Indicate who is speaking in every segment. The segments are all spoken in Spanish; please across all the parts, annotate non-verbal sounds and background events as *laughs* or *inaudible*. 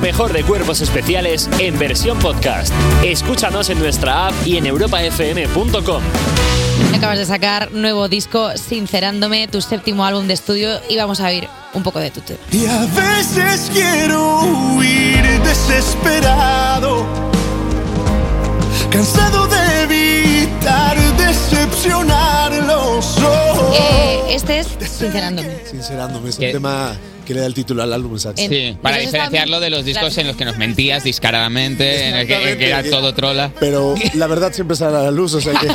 Speaker 1: mejor de cuerpos especiales en versión podcast. Escúchanos en nuestra app y en europafm.com.
Speaker 2: Acabas de sacar nuevo disco, Sincerándome, tu séptimo álbum de estudio y vamos a oír un poco de tu tema.
Speaker 3: Y a veces quiero huir desesperado, cansado de evitar decepcionarlos. Oh.
Speaker 2: Eh, este es Sincerándome.
Speaker 4: Sincerándome, es
Speaker 5: ¿Qué?
Speaker 4: un tema que le da el título al álbum, exacto.
Speaker 2: En-
Speaker 5: Sí, para
Speaker 2: Entonces está-
Speaker 5: diferenciarlo de los discos en los que nos mentías descaradamente, en el que, en que era todo trola.
Speaker 4: Pero la verdad siempre sale a la luz, o sea
Speaker 5: *laughs*
Speaker 4: que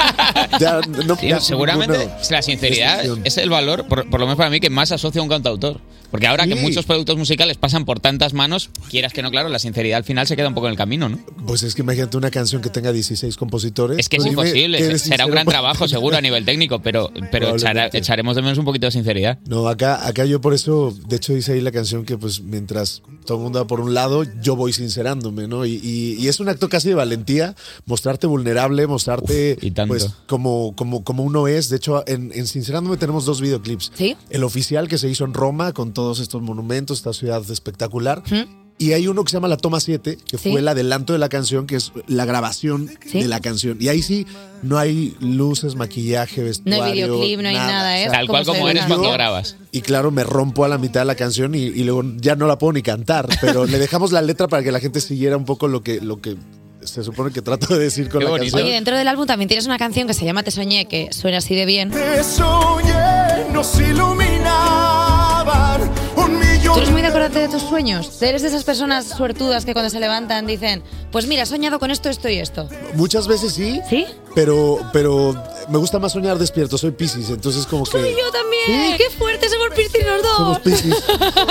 Speaker 4: ya no
Speaker 5: Sí,
Speaker 4: ya
Speaker 5: seguramente
Speaker 4: ninguno-
Speaker 5: la sinceridad
Speaker 4: distinción.
Speaker 5: es el valor, por, por lo menos para mí, que más asocia a un cantautor. Porque ahora que
Speaker 4: Sí.
Speaker 5: muchos productos musicales pasan por tantas manos, quieras que no, claro, la sinceridad al final se queda un poco en el camino, ¿no?
Speaker 4: Pues es que imagínate una canción que tenga 16 compositores.
Speaker 5: Es que es
Speaker 4: Pues dime que
Speaker 5: imposible,
Speaker 4: eres
Speaker 5: será un
Speaker 4: sincero
Speaker 5: gran
Speaker 4: para-
Speaker 5: trabajo seguro a nivel técnico, pero, pero echara-
Speaker 4: Probablemente.
Speaker 5: echaremos de menos un poquito de sinceridad.
Speaker 4: No, acá, acá yo por eso, de hecho hice ahí la canción que pues mientras todo el mundo va por un lado, yo voy sincerándome, ¿no? Y, y- y es un acto casi de valentía, mostrarte vulnerable, mostrarte
Speaker 5: Uf, y tanto.
Speaker 4: pues como, como, como uno es. De hecho, en, en Sincerándome tenemos dos videoclips.
Speaker 2: ¿Sí?
Speaker 4: El oficial que se hizo en Roma con todos estos monumentos, esta ciudad espectacular. Y hay uno que se llama La Toma 7, que
Speaker 2: Sí.
Speaker 4: fue el adelanto de la canción, que es la grabación
Speaker 2: Sí.
Speaker 4: de la canción. Y ahí sí, no hay luces, maquillaje, vestuario.
Speaker 2: videoclip, no hay nada, ¿eh?
Speaker 4: O sea,
Speaker 5: Tal cual
Speaker 2: se
Speaker 5: como
Speaker 2: ve
Speaker 5: eres
Speaker 2: una-
Speaker 5: cuando
Speaker 4: yo-
Speaker 5: grabas.
Speaker 4: y claro, me rompo a la mitad de la canción y, y luego ya no la puedo ni cantar, pero le dejamos la letra para que la gente siguiera un poco lo que, lo que se supone que trato de decir con
Speaker 5: Qué
Speaker 4: la
Speaker 5: bonito.
Speaker 2: Oye,
Speaker 4: canción.
Speaker 2: dentro del álbum también tienes una canción que se llama Te soñé, que suena así de bien.
Speaker 3: Te soñé, nos iluminaban un millón.
Speaker 2: ¿Tú eres muy de acordarte de tus sueños? ¿Eres de esas personas suertudas que cuando se levantan dicen, pues mira, he soñado con esto, esto y esto?
Speaker 4: Muchas veces sí,
Speaker 2: ¿Sí?
Speaker 4: pero, pero me gusta más soñar despierto, soy Pisces, entonces como que...
Speaker 2: ¡Soy yo también! ¡Qué fuerte somos Piscis los dos!
Speaker 4: Somos Pisces.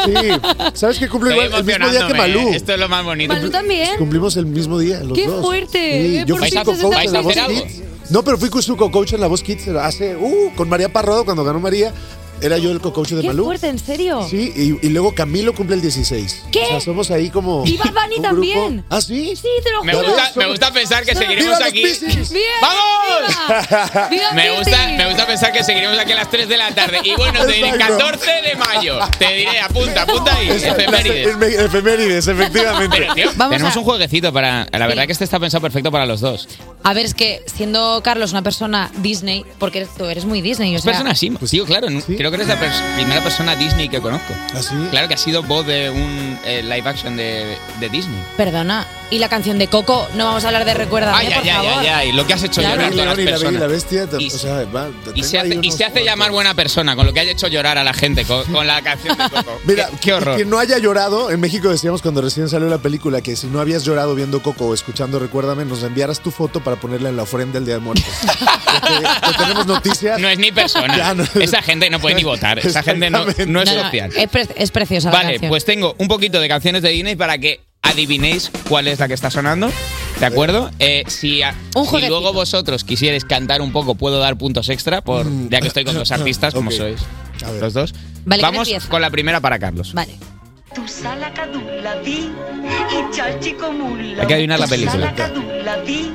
Speaker 4: Sí. ¿Sabes qué cumple
Speaker 5: Estoy
Speaker 4: igual el mismo día que
Speaker 5: emocionándome,
Speaker 4: Malú?
Speaker 5: ¿eh? Esto es lo más bonito.
Speaker 2: *laughs* Malú también.
Speaker 4: Cumplimos el mismo día, los
Speaker 2: ¡Qué
Speaker 4: dos.
Speaker 2: fuerte!
Speaker 4: Sí,
Speaker 2: Eh,
Speaker 4: Yo
Speaker 2: por
Speaker 4: fui
Speaker 2: fin se está
Speaker 4: co-coach en la voz
Speaker 5: haciendo
Speaker 4: Kids. No, pero fui su co-coach en la voz Kids hace, uh, con María Parrado, cuando ganó María, era yo el co-coach de
Speaker 2: ¡Qué
Speaker 4: Malú.
Speaker 2: fuerte, en serio!
Speaker 4: Sí, y, y luego Camilo cumple el 16.
Speaker 2: ¿Qué?
Speaker 4: O sea, somos ahí como.
Speaker 2: Y Bad Bunny
Speaker 4: un grupo.
Speaker 2: también.
Speaker 4: ¿Ah, sí?
Speaker 2: Sí, te lo
Speaker 5: Me
Speaker 2: juro.
Speaker 5: gusta, me gusta pensar que seguiremos
Speaker 4: ¡Viva los
Speaker 5: aquí.
Speaker 4: Piscis!
Speaker 2: ¡Bien!
Speaker 5: ¡Vamos!
Speaker 2: ¡Viva! ¡Viva
Speaker 5: Me gusta,
Speaker 2: Piscis!
Speaker 5: me gusta pensar que seguiremos aquí a las 3 de la tarde. Y bueno, te diré
Speaker 4: Exacto.
Speaker 5: 14 de mayo. Te diré, apunta, apunta ahí.
Speaker 4: Exacto,
Speaker 5: Efemérides.
Speaker 4: las efem- Efemérides, efectivamente.
Speaker 5: Pero, tío,
Speaker 2: Vamos
Speaker 5: tenemos
Speaker 2: a-
Speaker 5: un jueguecito para. La verdad
Speaker 2: Sí.
Speaker 5: que este está pensado perfecto para los dos.
Speaker 2: A ver, es que siendo Carlos una persona Disney, porque eres- tú eres muy Disney, o sea,
Speaker 5: Persona sí, tío, claro. no-
Speaker 4: pues sí.
Speaker 5: Creo que eres la pers- primera persona Disney que conozco.
Speaker 4: ¿Ah, sí?
Speaker 5: Claro que ha sido voz de un eh, live action de, de Disney.
Speaker 2: perdona. Y la canción de Coco, no vamos a hablar de Recuerda,
Speaker 5: Ay,
Speaker 2: por
Speaker 5: ay, ay,
Speaker 2: favor.
Speaker 5: ay, ay, Lo que has hecho
Speaker 2: Claro.
Speaker 5: llorar
Speaker 4: El
Speaker 5: a las
Speaker 4: León y la Bella y la
Speaker 5: personas.
Speaker 4: Bestia.
Speaker 5: Y-
Speaker 4: o sea, va,
Speaker 5: Y
Speaker 4: tengo
Speaker 5: se,
Speaker 4: ahí
Speaker 5: hace, y
Speaker 4: unos
Speaker 5: se hace llamar
Speaker 4: cuantos.
Speaker 5: buena persona, con lo que haya hecho llorar a la gente con, con la canción de Coco.
Speaker 4: Mira,
Speaker 5: qué, qué horror.
Speaker 4: Que no haya llorado. En México decíamos cuando recién salió la película que si no habías llorado viendo Coco o escuchando Recuérdame, nos enviaras tu foto para ponerla en la ofrenda del Día
Speaker 5: *laughs*
Speaker 4: de Muertos. Porque- porque tenemos noticias.
Speaker 5: No es ni persona.
Speaker 4: *laughs* Ya, no.
Speaker 5: Esa gente no puede
Speaker 4: *laughs*
Speaker 5: ni votar. Esa gente no, no es
Speaker 2: No, no,
Speaker 5: social.
Speaker 2: es, pre- es preciosa la
Speaker 5: Vale,
Speaker 2: canción.
Speaker 5: pues tengo un poquito de canciones de Disney para que adivinéis cuál es la que está sonando. ¿De acuerdo? Eh, si, a-
Speaker 2: Un
Speaker 5: si
Speaker 2: jueguecito.
Speaker 5: luego vosotros quisierais cantar un poco, puedo dar puntos extra, por, ya que estoy con
Speaker 4: *laughs*
Speaker 5: los artistas, como
Speaker 4: Mm. Ok.
Speaker 5: sois
Speaker 4: A ver.
Speaker 5: los dos.
Speaker 2: Vale, ¿quién
Speaker 5: Vamos
Speaker 2: empieza?
Speaker 5: con la primera para Carlos.
Speaker 2: Vale.
Speaker 6: Tu salacadula vi y chalchicomula.
Speaker 5: Hay que adivinar la película.
Speaker 6: Tu salacadula vi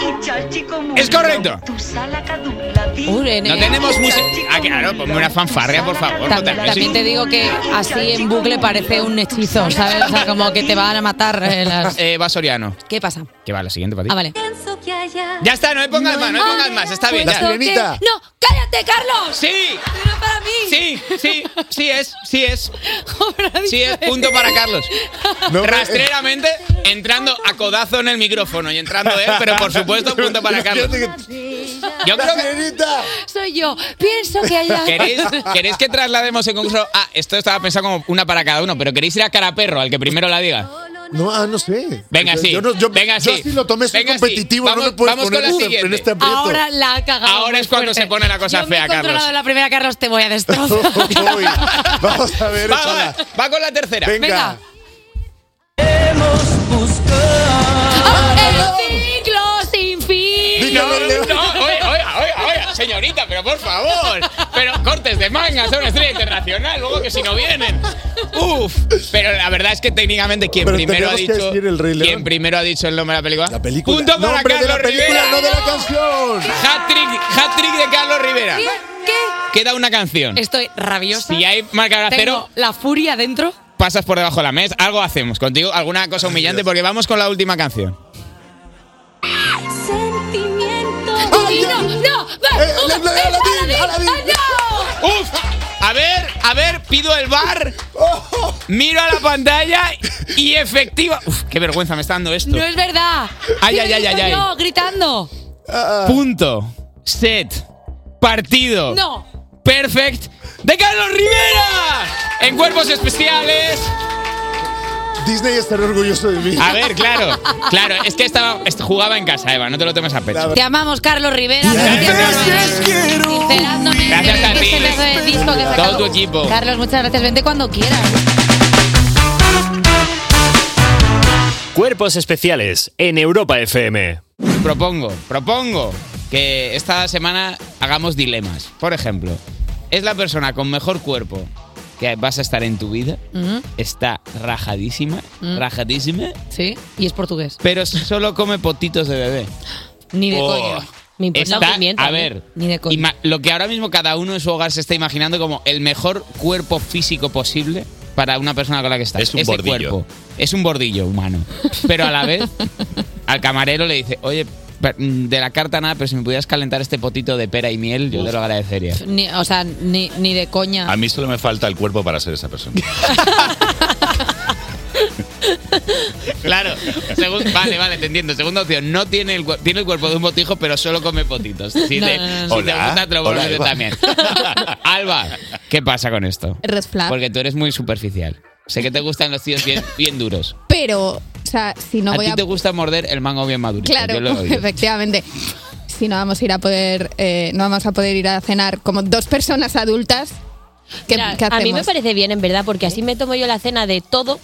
Speaker 6: y chalchicomula.
Speaker 5: ¡Es correcto!
Speaker 6: Tu salacadula vi.
Speaker 2: Uy, en
Speaker 5: No
Speaker 2: el-
Speaker 5: tenemos música. Ah, claro, ponme una fanfarria, por favor. no te
Speaker 2: También,
Speaker 5: hagas-
Speaker 2: también te digo que así en bucle parece un hechizo, ¿sabes? O sea, como que te van a matar. eh,
Speaker 5: *laughs*
Speaker 2: las-
Speaker 5: Eh, va Soriano.
Speaker 2: ¿Qué pasa?
Speaker 5: Que va, la siguiente para ti.
Speaker 2: Ah, vale.
Speaker 5: Ya está, no me pongas más, no me pongas más. Está bien,
Speaker 4: La
Speaker 5: ya.
Speaker 4: sirenita.
Speaker 2: ¡No! ¡Cállate, Carlos!
Speaker 5: Sí,
Speaker 2: ¡Pero para mí!
Speaker 5: sí, sí, sí es, sí es.
Speaker 2: Joder, ha
Speaker 5: Sí
Speaker 2: dicho
Speaker 5: es, punto
Speaker 2: *laughs*
Speaker 5: para Carlos.
Speaker 4: No me-
Speaker 5: Rastreramente entrando a codazo en el micrófono y entrando él, pero por supuesto, punto
Speaker 4: *laughs*
Speaker 5: para Carlos.
Speaker 4: Imagínate que-
Speaker 5: Yo
Speaker 4: ¡La
Speaker 5: creo que.
Speaker 4: sirenita!
Speaker 2: Soy yo. Pienso que haya.
Speaker 5: ¿Queréis, ¿Queréis que traslademos el concurso? Ah, esto estaba pensado como una para cada uno, pero queréis ir a cara perro, al que primero la diga.
Speaker 4: No, ah, no sé.
Speaker 5: Venga,
Speaker 4: Yo-
Speaker 5: sí.
Speaker 4: Yo, no, yo,
Speaker 5: Venga,
Speaker 4: yo
Speaker 5: sí.
Speaker 4: así lo tomé, soy
Speaker 5: Venga, sí.
Speaker 4: competitivo,
Speaker 5: Vamos-
Speaker 4: no me puedes
Speaker 5: vamos con
Speaker 4: poner
Speaker 5: la
Speaker 4: en- en
Speaker 5: siguiente.
Speaker 4: este aprieto. *laughs*
Speaker 2: Ahora la ha cagado.
Speaker 5: Ahora
Speaker 2: muy
Speaker 5: es cuando
Speaker 2: fuerte.
Speaker 5: se pone la cosa
Speaker 2: Yo
Speaker 5: fea,
Speaker 2: me he controlado
Speaker 5: Carlos.
Speaker 2: la primera, Carlos, te voy a
Speaker 4: *laughs*
Speaker 2: destrozar.
Speaker 4: Uy, vamos a ver,
Speaker 5: Va,
Speaker 4: échala.
Speaker 5: va, va con la tercera.
Speaker 4: Venga.
Speaker 2: Venga. ¡El ciclo sin fin!
Speaker 5: No,
Speaker 4: Dígame, Leo.
Speaker 5: no, oiga, oiga, oiga, oiga, señorita, pero por favor. Pero cortes de manga, son una estrella internacional, luego que si no vienen. Uf, pero la verdad es que técnicamente quien
Speaker 4: Pero
Speaker 5: primero ha
Speaker 4: teníamos que
Speaker 5: dicho
Speaker 4: decir el Rey León.
Speaker 5: quien primero ha dicho el nombre de la película.
Speaker 4: La película.
Speaker 5: Punto para
Speaker 4: Nombre de
Speaker 5: Carlos
Speaker 4: la película,
Speaker 5: Rivera.
Speaker 4: no de la canción.
Speaker 5: Hat-trick, hat-trick de Carlos Rivera.
Speaker 2: ¿Qué? ¿Qué?
Speaker 5: Queda una canción.
Speaker 2: Estoy rabiosa.
Speaker 5: Si hay marcador a
Speaker 2: Tengo
Speaker 5: cero,
Speaker 2: la furia dentro.
Speaker 5: pasas por debajo de la mesa. Algo hacemos contigo, alguna cosa humillante, porque vamos con la última canción.
Speaker 7: Sentimiento.
Speaker 2: ¡Ay, no! ¡No! ¡Va!
Speaker 4: Eh, la- la-
Speaker 2: ¡Es
Speaker 4: Aladín,
Speaker 2: Aladín!
Speaker 4: Aladín.
Speaker 2: ¡Ay, no!
Speaker 5: ¡Uf! A ver, a ver, pido el bar, miro a la pantalla y efectiva. Uf, qué vergüenza me está dando esto.
Speaker 2: ¡No es verdad!
Speaker 5: Ay,
Speaker 2: Sí,
Speaker 5: ay,
Speaker 2: lo
Speaker 5: ay,
Speaker 2: digo
Speaker 5: ay, ay.
Speaker 2: yo, gritando!
Speaker 5: Punto. Set. Partido.
Speaker 2: ¡No!
Speaker 5: Perfect. De Carlos Rivera. En cuerpos especiales.
Speaker 4: Disney estará orgulloso de mí.
Speaker 5: A ver, claro. Claro, es que estaba, est- jugaba en casa, Eva. No te lo tomes a pecho.
Speaker 2: Te amamos, Carlos Rivera.
Speaker 3: veces quiero
Speaker 2: Sincerándome,
Speaker 5: Gracias a ti.
Speaker 2: este pedazo de disco que sacamos.
Speaker 5: Todo tu equipo.
Speaker 2: Carlos, muchas gracias. Vente cuando quieras.
Speaker 1: Cuerpos especiales en Europa FM.
Speaker 5: Propongo, propongo que esta semana hagamos dilemas. Por ejemplo, ¿es la persona con mejor cuerpo que vas a estar en tu vida?
Speaker 2: Mm,
Speaker 5: Está rajadísima,
Speaker 2: Mm.
Speaker 5: rajadísima,
Speaker 2: Sí, y es portugués.
Speaker 5: pero solo come potitos de bebé.
Speaker 2: Ni de
Speaker 5: Oh.
Speaker 2: coño.
Speaker 8: Me importa
Speaker 5: Está-
Speaker 8: un pimiento.
Speaker 5: a
Speaker 8: mí.
Speaker 5: ver,
Speaker 2: ¿eh? Ni de coña.
Speaker 5: ima- lo que ahora mismo cada uno en su hogar se está imaginando como el mejor cuerpo físico posible para una persona con la que está.
Speaker 9: Es un
Speaker 5: Ese
Speaker 9: bordillo.
Speaker 5: cuerpo. Es un bordillo humano. Pero a la vez, al camarero le dice, oye, per- mm, de la carta nada, pero si me pudieras calentar este potito de pera y miel, yo te lo agradecería.
Speaker 2: Ni- o sea, ni, ni de
Speaker 5: Ah.
Speaker 2: coña.
Speaker 9: A mí solo me falta el cuerpo para ser esa persona.
Speaker 5: Claro. Segun- vale, vale, te entiendo. Segunda opción, no tiene el, cuer- tiene el cuerpo de un botijo, pero solo come potitos. Si,
Speaker 2: No,
Speaker 5: te,
Speaker 2: no, no, no.
Speaker 5: si te
Speaker 9: Hola,
Speaker 5: gusta, te lo
Speaker 9: hola,
Speaker 5: vuelvo a hacer
Speaker 9: Eva.
Speaker 5: también. *laughs* Alba, ¿qué pasa con esto?
Speaker 10: Red flag.
Speaker 5: Porque tú eres muy superficial. Sé que te gustan los tíos bien, bien duros.
Speaker 10: Pero, o sea, si no
Speaker 5: a
Speaker 10: voy
Speaker 5: ti
Speaker 10: a.
Speaker 5: te gusta morder el mango bien maduro.
Speaker 10: Claro, *laughs*
Speaker 8: *laughs*
Speaker 5: yo lo he oído.
Speaker 10: efectivamente. Si no vamos a ir a poder, eh, no vamos a poder ir a cenar como dos personas adultas. ¿Qué,
Speaker 8: Mira,
Speaker 10: qué
Speaker 8: a mí me
Speaker 10: hacemos?
Speaker 8: parece bien, en verdad, porque así me tomo yo la cena de todo.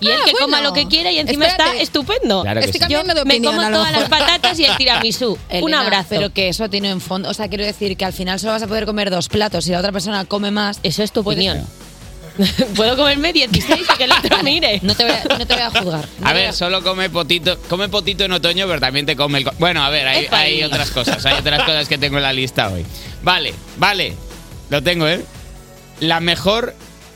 Speaker 8: Y el
Speaker 10: Ah,
Speaker 8: que
Speaker 10: bueno.
Speaker 8: coma lo que quiera y encima está
Speaker 10: Espérate.
Speaker 8: estupendo.
Speaker 5: Claro que
Speaker 10: Estoy
Speaker 5: sí.
Speaker 8: Yo
Speaker 10: cambiando de
Speaker 8: me
Speaker 10: opinión.
Speaker 8: como
Speaker 10: a lo
Speaker 8: todas las
Speaker 10: mejor.
Speaker 8: patatas y el
Speaker 10: *laughs*
Speaker 8: tiramisú. Un
Speaker 2: Elena,
Speaker 8: abrazo.
Speaker 2: Pero que eso tiene en fondo. O sea, quiero decir que al final solo vas a poder comer dos platos. Si la otra persona come más.
Speaker 8: Eso es tu
Speaker 2: Puede
Speaker 8: opinión. *laughs* Puedo comerme 16 y que el otro mire.
Speaker 2: No te voy a, no te voy a juzgar. No
Speaker 5: A
Speaker 2: te voy
Speaker 5: ver, solo come potito, come potito en otoño, pero también te come el... co- Bueno, a ver, hay,
Speaker 8: Epa,
Speaker 5: hay
Speaker 8: y-
Speaker 5: otras cosas, hay otras cosas que tengo en la lista hoy. Vale, vale, lo tengo, ¿eh? La mejor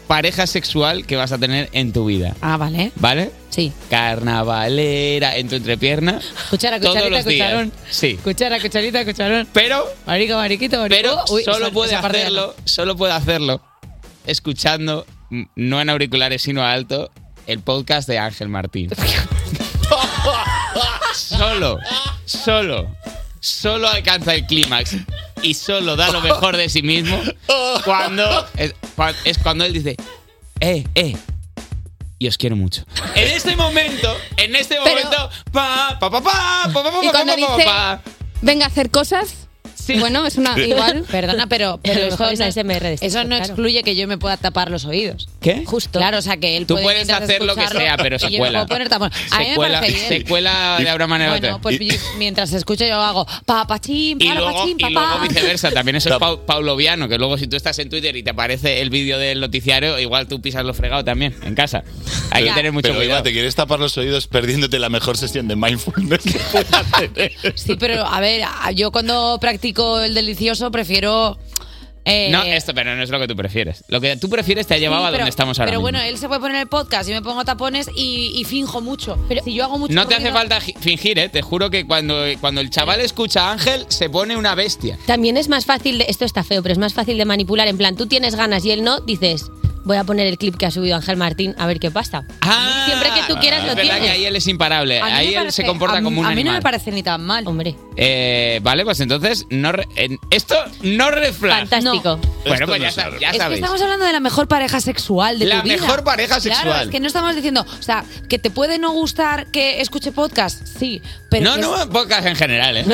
Speaker 5: pareja sexual que vas a tener en tu vida,
Speaker 2: Ah, vale.
Speaker 5: ¿vale?
Speaker 2: Sí.
Speaker 5: Carnavalera en tu entrepierna.
Speaker 2: Cuchara,
Speaker 5: Todos
Speaker 2: cucharita,
Speaker 5: los días.
Speaker 2: cucharón.
Speaker 5: Sí.
Speaker 2: Cuchara, cucharita, cucharón.
Speaker 5: Pero
Speaker 2: Marico, mariquito, marico.
Speaker 5: Pero
Speaker 2: Uy,
Speaker 5: solo
Speaker 2: esa-
Speaker 5: puede
Speaker 2: esa parte ya
Speaker 5: hacerlo, solo puede hacerlo escuchando, m- no en auriculares sino alto, el podcast de Ángel Martín. solo, solo, solo alcanza el clímax y solo da lo mejor de sí mismo cuando es, cua- es cuando él dice, eh, eh. Y os quiero mucho. En este momento, en este
Speaker 10: Pero-
Speaker 5: momento, pa, pa, pa, pa, pa, pa, pa,
Speaker 10: Y
Speaker 5: pa,
Speaker 10: cuando
Speaker 5: pa, pa,
Speaker 10: dice-
Speaker 5: pa.
Speaker 10: Venga a hacer cosas. Bueno, es una igual.
Speaker 2: *laughs*
Speaker 5: *laughs*
Speaker 2: no. Perdona, pero, pero
Speaker 8: A lo
Speaker 2: eso,
Speaker 8: mejor es una
Speaker 2: no-
Speaker 8: ASMR de esto,
Speaker 2: eso no
Speaker 8: claro.
Speaker 2: excluye que yo me pueda tapar los oídos.
Speaker 5: ¿Qué?
Speaker 8: Justo.
Speaker 2: Claro, o sea que él
Speaker 5: Tú
Speaker 2: puede
Speaker 5: puedes
Speaker 2: mientras
Speaker 5: hacer lo que
Speaker 2: escucharlo,
Speaker 5: sea, pero
Speaker 2: y
Speaker 5: se
Speaker 2: yo me
Speaker 5: cuela.
Speaker 2: puedo poner tapón. A mí me
Speaker 5: Secuela,
Speaker 2: parece bien.
Speaker 5: secuela de alguna manera u otra.
Speaker 2: Bueno, pues yo- mientras escucho yo hago papachín,
Speaker 5: y luego,
Speaker 2: papachín,
Speaker 5: y luego
Speaker 2: papá.
Speaker 5: viceversa,
Speaker 9: *laughs*
Speaker 5: también eso es pau- pauloviano, que luego si tú estás en Twitter y te aparece el vídeo del noticiario, igual tú pisas lo fregado también, en casa. *laughs* Hay que tener mucho
Speaker 9: Pero Eva,
Speaker 5: cuidado.
Speaker 9: te quieres tapar los oídos perdiéndote la mejor sesión de mindfulness que puedas tener.
Speaker 5: *laughs*
Speaker 2: Sí, pero a ver, a- yo cuando practico el delicioso prefiero. eh,
Speaker 5: No, esto, pero no es lo que tú prefieres. Lo que tú prefieres te ha
Speaker 2: sí,
Speaker 5: llevado a
Speaker 2: pero-
Speaker 5: donde estamos ahora
Speaker 2: Pero
Speaker 5: mismo.
Speaker 2: bueno, él se puede poner el podcast y me pongo tapones y, y finjo mucho. Pero si yo hago mucho.
Speaker 5: no te hace
Speaker 2: ruido-
Speaker 5: falta gi- fingir, ¿eh? Te juro que cuando, cuando el chaval escucha a Ángel, se pone una bestia.
Speaker 8: También es más fácil, de- esto está feo, pero es más fácil de manipular. En plan, tú tienes ganas y él no, dices, voy a poner el clip que ha subido Ángel Martín a ver qué pasa.
Speaker 5: Ah,
Speaker 8: Siempre que tú quieras
Speaker 5: es
Speaker 8: lo
Speaker 5: verdad
Speaker 8: tienes.
Speaker 5: que ahí él es imparable.
Speaker 2: A mí me
Speaker 5: Ahí él
Speaker 2: parece-
Speaker 5: se comporta
Speaker 2: a mí-
Speaker 5: como un
Speaker 2: A mí
Speaker 5: animal.
Speaker 2: no me parece ni tan mal.
Speaker 8: Hombre,
Speaker 5: Eh, vale, pues entonces, no re- en- esto no refleja.
Speaker 8: fantástico.
Speaker 5: Bueno,
Speaker 9: Esto
Speaker 5: pues
Speaker 9: no
Speaker 5: ya,
Speaker 9: es
Speaker 5: sa-
Speaker 9: raro.
Speaker 5: ya
Speaker 2: Es que
Speaker 5: sabéis.
Speaker 2: estamos hablando de la mejor pareja sexual de
Speaker 5: La
Speaker 2: tu vida.
Speaker 5: mejor pareja sexual.
Speaker 2: Claro, es que no estamos diciendo, o sea, que te puede no gustar que escuche podcast, sí, pero
Speaker 5: No,
Speaker 2: que es-
Speaker 5: *laughs* no, podcast en general,
Speaker 2: *laughs*
Speaker 5: ¿eh?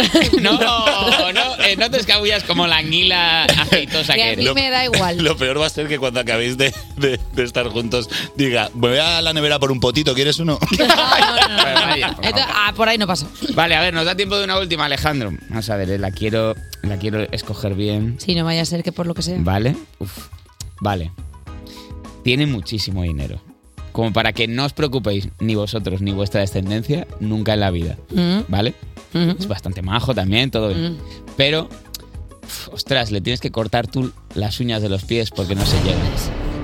Speaker 5: No, no, eh, no te escabullas como la anguila aceitosa
Speaker 2: Que
Speaker 5: que
Speaker 2: a mí
Speaker 5: eres.
Speaker 2: me da igual.
Speaker 9: *laughs* Lo peor va a ser que cuando acabéis de, de- de estar juntos diga, me voy a la nevera por un potito, ¿quieres uno?
Speaker 5: *laughs*
Speaker 2: Entonces, ah, por ahí no pasó.
Speaker 5: Vale, a ver, nos da tiempo de una última, Alejandro. Vamos a ver, eh, la quiero, la quiero escoger bien.
Speaker 2: Sí, no vaya a ser que por lo que sea.
Speaker 5: Vale, uf, vale. Tiene muchísimo dinero. Como para que no os preocupéis, ni vosotros ni vuestra descendencia, nunca en la vida.
Speaker 2: Mm,
Speaker 5: ¿Vale?
Speaker 2: mm,
Speaker 5: Es bastante majo también, todo bien.
Speaker 2: mm.
Speaker 5: Pero, uf, ostras, le tienes que cortar tú las uñas de los pies porque no se llegan.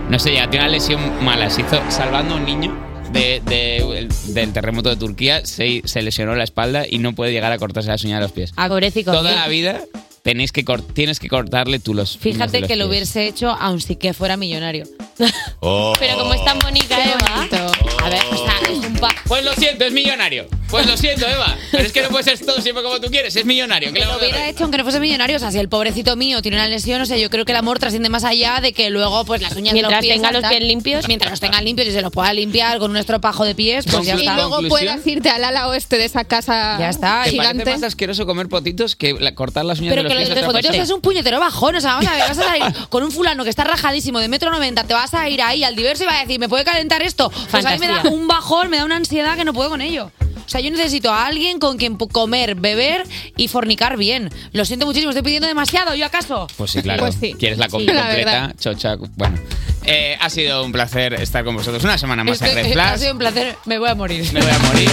Speaker 5: No sé, ya tiene una lesión mala. Se hizo salvando a un niño de- de- el- del terremoto de Turquía, se, se lesionó la espalda y no puede llegar a cortarse la uña de los pies.
Speaker 2: A
Speaker 5: Toda la vida tenéis que cor- tienes que cortarle tú los. uñas de
Speaker 2: Fíjate
Speaker 5: los
Speaker 2: que lo
Speaker 5: pies.
Speaker 2: hubiese hecho aun si que fuera millonario.
Speaker 9: Oh.
Speaker 8: Pero como es tan bonita, Eva.
Speaker 2: A ver, o sea, es un pa-
Speaker 5: Pues lo siento, es millonario. Pues lo siento, Eva. Pero es que no puedes ser todo siempre como tú quieres. Es millonario. ¿Qué le
Speaker 2: Lo
Speaker 5: vamos a
Speaker 2: hubiera
Speaker 5: hacer?
Speaker 2: hecho aunque no fuese millonario. O sea, si el pobrecito mío tiene una lesión, o sea, yo creo que el amor trasciende más allá de que luego, pues las uñas de
Speaker 8: Mientras
Speaker 2: los pies.
Speaker 8: tenga los
Speaker 2: tal,
Speaker 8: pies limpios.
Speaker 2: Mientras los tenga limpios y se los pueda limpiar con un estropajo de pies, pues ya
Speaker 5: Conclu-
Speaker 2: está.
Speaker 10: Y luego
Speaker 5: ¿Conclusión?
Speaker 10: puedas irte al ala oeste de esa casa
Speaker 2: Ya está,
Speaker 5: ¿Te
Speaker 10: gigante.
Speaker 5: parece más asqueroso comer potitos que la- cortar las uñas
Speaker 2: Pero
Speaker 5: de
Speaker 2: que
Speaker 5: los
Speaker 2: los
Speaker 5: pies? a otra
Speaker 2: deportistas
Speaker 5: persona?
Speaker 2: es un puñetero bajón. O sea, vamos a ver, vas a salir con un fulano que está rajadísimo de metro noventa, te vas a ir ahí al diverso y va a decir, ¿me puede calentar esto? Pues a mí me da
Speaker 8: Fantasía.
Speaker 2: un bajón, me da una ansiedad que no puedo con ello. O sea, yo necesito a alguien con quien pu- comer, beber y fornicar bien. Lo siento muchísimo, estoy pidiendo demasiado, ¿yo acaso?
Speaker 5: Pues sí, claro.
Speaker 10: Pues sí.
Speaker 5: Quieres la comida
Speaker 10: Sí, la
Speaker 5: completa,
Speaker 10: verdad.
Speaker 5: chocha. Bueno, Eh, ha sido un placer estar con vosotros una semana más
Speaker 2: Es
Speaker 5: en
Speaker 2: que,
Speaker 5: Red
Speaker 2: eh, ha
Speaker 5: Flash.
Speaker 2: sido un placer, me voy a morir.
Speaker 5: Me voy a morir.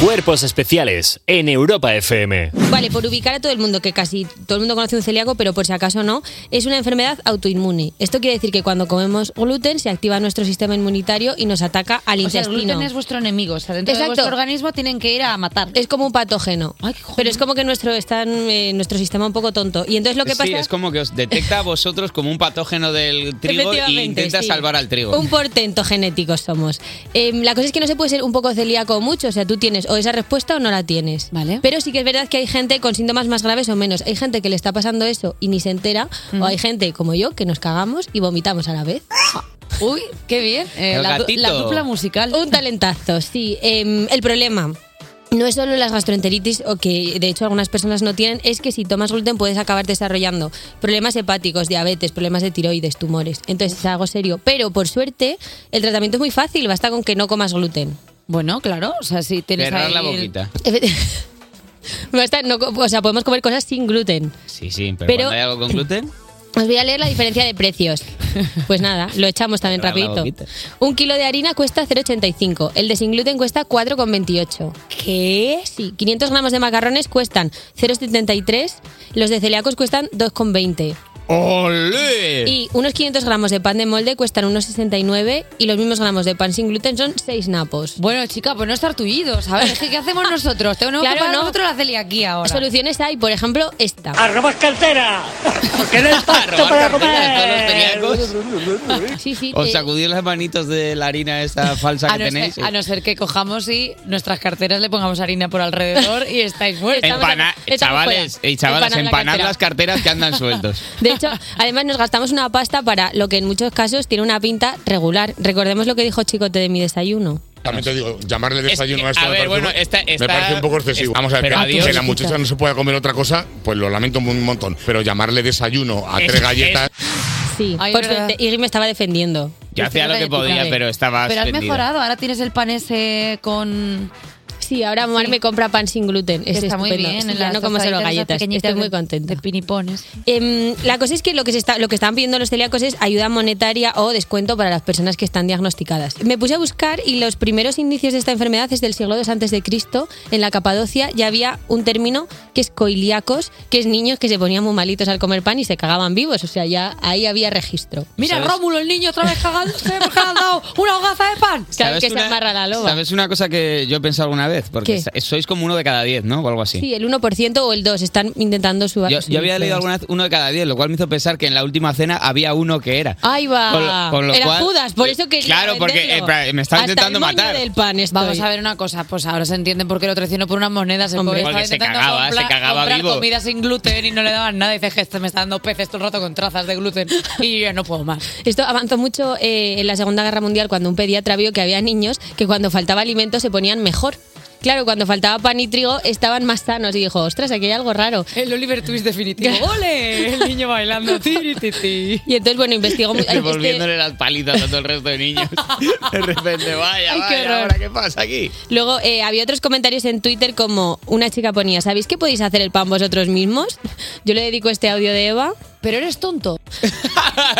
Speaker 1: Cuerpos especiales en Europa FM.
Speaker 8: Vale, por ubicar a todo el mundo, que casi todo el mundo conoce un celíaco, pero por si acaso no, es una enfermedad autoinmune. Esto quiere decir que cuando comemos gluten se activa nuestro sistema inmunitario y nos ataca al
Speaker 2: O sea, el
Speaker 8: intestino.
Speaker 2: gluten es vuestro enemigo. O sea, dentro de
Speaker 8: Exacto.
Speaker 2: vuestro organismo tienen que ir a matar.
Speaker 8: Es como un patógeno.
Speaker 2: Ay, qué joder.
Speaker 8: pero es como que nuestro, están, eh, nuestro sistema un poco tonto. Y entonces lo que pasa
Speaker 5: Sí, es como que os detecta a vosotros como un patógeno del trigo y
Speaker 8: Efectivamente,
Speaker 5: intenta
Speaker 8: sí.
Speaker 5: salvar al trigo.
Speaker 8: Un portento genético somos. Eh, la cosa es que no se puede ser un poco celíaco o mucho. O sea, tú tienes o esa respuesta o no la tienes.
Speaker 2: Vale.
Speaker 8: Pero sí que es verdad que hay gente con síntomas más graves o menos. Hay gente que le está pasando eso y ni se entera. O hay gente como yo que nos cagamos y vomitamos a la vez.
Speaker 2: Uy, qué bien. Eh,
Speaker 5: El
Speaker 2: la, du-
Speaker 5: gatito.
Speaker 2: la dupla musical.
Speaker 8: Un talentazo, sí. Eh, el problema. No es solo las gastroenteritis, o que de hecho algunas personas no tienen, es que si tomas gluten puedes acabar desarrollando problemas hepáticos, diabetes, problemas de tiroides, tumores. Entonces es algo serio. Pero por suerte, el tratamiento es muy fácil, basta con que no comas gluten.
Speaker 2: Bueno, claro. O sea, si tienes
Speaker 5: Cerrar
Speaker 2: ahí
Speaker 5: la
Speaker 2: el-
Speaker 5: boquita.
Speaker 8: Efe- *laughs* Basta, no co- o sea, podemos comer cosas sin gluten.
Speaker 5: Sí, sí, pero,
Speaker 8: Pero-
Speaker 5: cuando hay algo con gluten,
Speaker 8: Os voy a leer la diferencia de precios. Pues nada, lo echamos también
Speaker 5: Cerrar la
Speaker 8: rapidito.
Speaker 5: boquita.
Speaker 8: Un kilo de harina cuesta 0,85. El de sin gluten cuesta 4,28. ¿Qué? Sí, 500 gramos de macarrones cuestan 0,73. Los de celíacos cuestan 2,20.
Speaker 5: ¡Olé!
Speaker 8: Y unos 500 gramos de pan de molde cuestan unos 1,69. Y los mismos gramos de pan sin gluten son 6 napos.
Speaker 2: Bueno, chica, pues no estar tullidos. A ver, es que ¿qué hacemos nosotros? Tenemos
Speaker 8: Claro,
Speaker 2: que pagar
Speaker 8: no.
Speaker 2: nosotros la celiaquía ahora.
Speaker 8: Soluciones hay, por ejemplo, esta.
Speaker 1: Ah, *laughs*
Speaker 5: Arrobar cartera a todos los celíacos.
Speaker 8: Sí, sí,
Speaker 5: Os
Speaker 8: eh,
Speaker 5: sacudís las manitos de la harina esta falsa
Speaker 2: A Ah, no,
Speaker 5: que
Speaker 2: ser,
Speaker 5: tenéis.
Speaker 2: a no ser que cojamos y nuestras carteras le pongamos harina por alrededor y
Speaker 5: *laughs*
Speaker 2: estáis muertos.
Speaker 8: Estamos-
Speaker 5: Empana-
Speaker 8: estamos
Speaker 5: chavales
Speaker 8: fuera.
Speaker 5: y chavalas,
Speaker 8: Empanad la
Speaker 5: empanad
Speaker 8: cartera.
Speaker 5: las carteras que andan
Speaker 8: *laughs*
Speaker 5: sueltos.
Speaker 8: De hecho, además nos gastamos una pasta para lo que en muchos casos tiene una pinta regular. Recordemos lo que dijo Chicote de mi desayuno.
Speaker 7: También te digo, llamarle
Speaker 5: que,
Speaker 7: desayuno a
Speaker 5: a
Speaker 7: esto me,
Speaker 5: ver,
Speaker 7: parece,
Speaker 5: bueno,
Speaker 7: un-
Speaker 5: esta-
Speaker 7: me
Speaker 5: esta-
Speaker 7: parece un poco excesivo.
Speaker 5: esta-
Speaker 7: Vamos a ver,
Speaker 5: pero
Speaker 7: que
Speaker 5: adiós,
Speaker 7: la muchacha no se pueda comer otra cosa, pues lo lamento un montón. Pero llamarle desayuno a
Speaker 5: Es-
Speaker 7: tres galletas.
Speaker 8: Sí,
Speaker 2: Ay,
Speaker 8: por
Speaker 2: es verdad.
Speaker 8: suerte, Iggy me estaba defendiendo.
Speaker 5: Yo hacía lo que podía, pero estaba
Speaker 2: Pero has
Speaker 5: suspendida.
Speaker 2: mejorado. Ahora tienes el pan ese con...
Speaker 8: Sí, ahora Mar me compra pan sin gluten. Es
Speaker 2: que está muy
Speaker 8: estupendo.
Speaker 2: bien.
Speaker 8: Sí,
Speaker 2: en
Speaker 8: ya
Speaker 2: las
Speaker 8: no como solo
Speaker 2: tostaditas esas
Speaker 8: galletas.
Speaker 2: pequeñitas
Speaker 8: Estoy muy
Speaker 2: de-
Speaker 8: contenta.
Speaker 2: De pinipones.
Speaker 8: Em, la cosa es que lo que, se está, lo que están pidiendo los celíacos es ayuda monetaria o descuento para las personas que están diagnosticadas. Me puse a buscar y los primeros indicios de esta enfermedad es del siglo II antes de Cristo. En la Capadocia ya había un término que es coiliacos, que es niños que se ponían muy malitos al comer pan y se cagaban vivos. O sea, ya ahí había registro.
Speaker 2: Mira,
Speaker 5: ¿Sabes?
Speaker 2: Rómulo, el niño otra vez cagándose porque le han dado una hogaza de pan.
Speaker 8: ¿Sabes que se amarra la loba?
Speaker 5: ¿Sabes una cosa que yo he pensado alguna vez? Porque
Speaker 8: ¿Qué?
Speaker 5: sa- sois como uno de cada diez, ¿no? O algo así.
Speaker 8: Sí, el 1% o el 2% están intentando su
Speaker 5: Yo, yo había leído alguna vez uno de cada diez, lo cual me hizo pensar que en la última cena había uno que era. *laughs*
Speaker 8: Ahí va.
Speaker 5: Con lo- con lo
Speaker 8: Era
Speaker 5: cual-
Speaker 8: Judas, por eso que
Speaker 5: Claro, porque, eh, pra- me estaba intentando matar.
Speaker 8: del pan estoy.
Speaker 2: Vamos a ver una cosa, pues ahora se entiende por qué lo traicionó por unas monedas. El
Speaker 8: Hombre.
Speaker 2: pobre estaba
Speaker 5: Porque se
Speaker 2: intentando
Speaker 5: cagaba, se cagaba
Speaker 2: comprar
Speaker 5: vivo.
Speaker 2: comida sin gluten y no le daban nada. Dice que este me está dando peces todo el rato con trazas de gluten y yo ya no puedo más.
Speaker 8: Esto avanzó mucho eh, en la Segunda Guerra Mundial cuando un pediatra vio que había niños que cuando faltaba alimento se ponían mejor. Claro, cuando faltaba pan y trigo estaban más sanos y dijo, ostras, aquí hay algo raro.
Speaker 2: El Oliver Twist definitivo. *laughs* ¡Ole! El niño bailando. *laughs* Tiri, ti, ti.
Speaker 8: Y entonces, bueno,
Speaker 5: *laughs*
Speaker 8: investigó mucho.
Speaker 5: Devolviéndole las palizas a todo el resto
Speaker 8: *laughs*
Speaker 5: de niños. De repente, vaya,
Speaker 8: Ay, qué
Speaker 5: vaya,
Speaker 8: horror.
Speaker 5: ahora, ¿qué pasa aquí?
Speaker 8: Luego eh, había otros comentarios en Twitter
Speaker 5: *laughs*
Speaker 8: como una chica ponía, ¿sabéis que podéis hacer el pan vosotros mismos? Yo le dedico este audio de Eva. Pero eres tonto.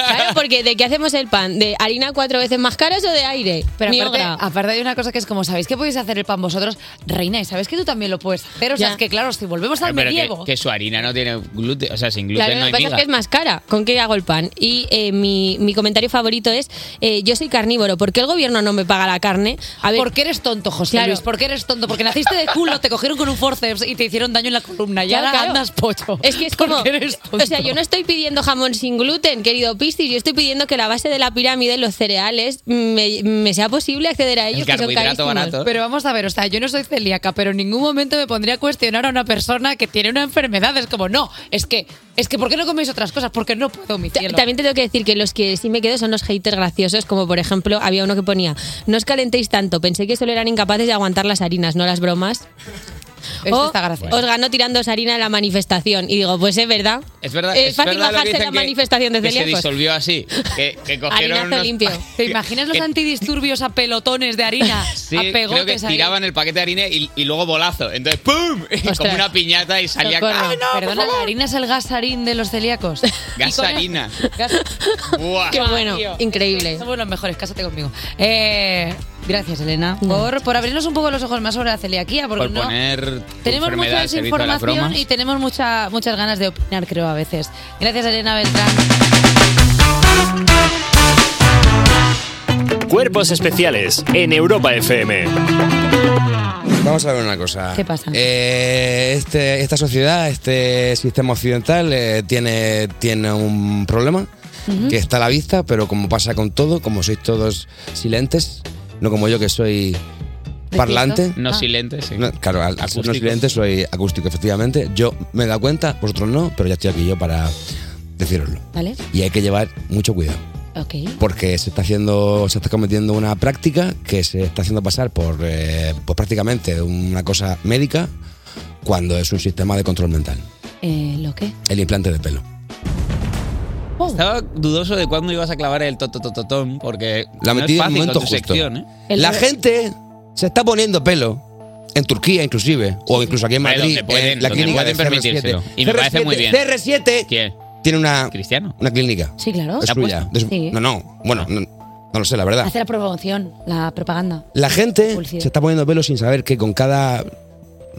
Speaker 8: claro, porque ¿de qué hacemos el pan? ¿De harina cuatro veces más caras o de aire?
Speaker 2: Pero
Speaker 8: Ni
Speaker 2: aparte,
Speaker 8: obra.
Speaker 2: aparte hay una cosa que es como, ¿sabéis que podéis hacer el pan vosotros? Reina, y sabéis que tú también lo puedes hacer. O sea,
Speaker 8: Ya.
Speaker 2: es que claro, si volvemos al
Speaker 5: Pero que,
Speaker 2: medievo.
Speaker 5: que su harina no tiene gluten, o sea, sin
Speaker 8: Pues
Speaker 5: gluten
Speaker 8: Claro,
Speaker 5: no
Speaker 8: lo que
Speaker 5: hay
Speaker 8: pasa es
Speaker 5: miga.
Speaker 8: que es más cara. ¿Con qué hago el pan? Y eh, mi, mi comentario favorito es, eh, yo soy carnívoro, ¿por qué el gobierno no me paga la carne? A ver,
Speaker 2: Porque eres tonto, José Luis, porque eres tonto, porque naciste de culo, te cogieron con un forceps y te hicieron daño en la columna y
Speaker 8: Claro,
Speaker 2: ahora
Speaker 8: claro.
Speaker 2: andas pocho.
Speaker 8: Es que es
Speaker 2: Porque
Speaker 8: como.
Speaker 2: eres tonto.
Speaker 8: O sea, yo no estoy pidiendo jamón sin gluten, querido Piscis. Yo estoy pidiendo que la base de la pirámide, los cereales, me, me sea posible acceder a ellos, que son carísimos.
Speaker 2: Pero vamos a ver, o sea, yo no soy celíaca, pero en ningún momento me pondría a cuestionar a una persona que tiene una enfermedad. Es como, no, es que, es que ¿por qué no coméis otras cosas? Porque no puedo, mi cielo.
Speaker 8: También te tengo que decir que los que sí me quedo son los haters graciosos, como por ejemplo, había uno que ponía: No os calentéis tanto, pensé que solo eran incapaces de aguantar las harinas, no las bromas.
Speaker 2: Esto
Speaker 8: O,
Speaker 2: Este está gracioso.
Speaker 8: Os ganó tirando harina en la manifestación. Y digo, pues es verdad.
Speaker 5: Es verdad.
Speaker 8: Eh,
Speaker 5: es
Speaker 8: fácil
Speaker 5: verdad lo que
Speaker 8: bajarse
Speaker 5: dicen
Speaker 8: la
Speaker 5: que-
Speaker 8: manifestación de
Speaker 5: que Se
Speaker 8: celíacos.
Speaker 5: disolvió así. Que,
Speaker 2: *laughs*
Speaker 5: que cogieron.
Speaker 8: Harinazo
Speaker 5: unos-
Speaker 8: limpio.
Speaker 2: ¿Te imaginas los antidisturbios a pelotones de harina?
Speaker 5: *laughs* Sí,
Speaker 2: a
Speaker 5: creo que
Speaker 2: pegotes ahí.
Speaker 5: tiraban el paquete de harina y, y luego bolazo. Entonces, ¡pum! *laughs* Como una piñata y salía.
Speaker 2: Socorro.
Speaker 5: ¡Ay, no, por
Speaker 2: Perdona,
Speaker 5: favor!
Speaker 2: la harina es el gasarín de los celíacos.
Speaker 5: Gasarina. Buah.
Speaker 2: Qué
Speaker 8: bueno,
Speaker 2: increíble. Somos los mejores, cásate conmigo. Eh, gracias, Elena, por, por abrirnos un poco los ojos más sobre la celiaquía, porque
Speaker 5: Por
Speaker 2: no,
Speaker 5: poner. tu
Speaker 2: tenemos
Speaker 5: enfermedad
Speaker 2: mucha
Speaker 5: al servicio de las
Speaker 2: desinformación
Speaker 5: bromas.
Speaker 2: y tenemos mucha, muchas ganas de opinar, creo, a veces. Gracias, Elena Beltrán.
Speaker 1: Cuerpos especiales en Europa FM.
Speaker 11: Vamos a ver una cosa.
Speaker 1: ¿Qué pasa?
Speaker 11: Eh, este, esta sociedad, este sistema occidental eh, tiene, tiene un problema
Speaker 12: Ujú.
Speaker 11: que está a la vista, pero como pasa con todo, como sois todos silentes, no como yo que soy parlante.
Speaker 2: Ah.
Speaker 5: No silentes, sí.
Speaker 11: No, claro, al, al ser no silente soy acústico, efectivamente. Yo me he dado cuenta, vosotros no, pero ya estoy aquí yo para deciroslo.
Speaker 2: ¿Vale?
Speaker 11: Y hay que llevar mucho cuidado
Speaker 2: Ok.
Speaker 11: porque se está haciendo se está cometiendo una práctica que se está haciendo pasar por eh, pues prácticamente una cosa médica cuando es un sistema de control mental
Speaker 2: Eh, ¿Lo qué?
Speaker 11: el implante de pelo
Speaker 2: Oh.
Speaker 5: Estaba dudoso de cuándo ibas a clavar el tototototón, porque.
Speaker 11: la
Speaker 5: no
Speaker 11: metí en el
Speaker 5: es fácil
Speaker 11: momento
Speaker 5: con tu
Speaker 11: justo
Speaker 5: sección, ¿eh?
Speaker 11: la gente se está poniendo pelo en Turquía inclusive o incluso aquí en
Speaker 5: Hombre,
Speaker 11: Madrid
Speaker 5: donde pueden-
Speaker 11: en la
Speaker 5: donde
Speaker 11: clínica de
Speaker 5: pueden permitírselo.
Speaker 11: CR7
Speaker 5: Y me parece muy bien.
Speaker 11: CR7
Speaker 5: ¿Quién?
Speaker 11: tiene una una clínica
Speaker 2: Sí, claro.
Speaker 11: es suya de su-
Speaker 2: Sí.
Speaker 11: no no bueno no, no lo sé la verdad
Speaker 2: Hace la promoción, la propaganda.
Speaker 11: La gente
Speaker 2: Publicidad.
Speaker 11: se está poniendo pelo sin saber que con cada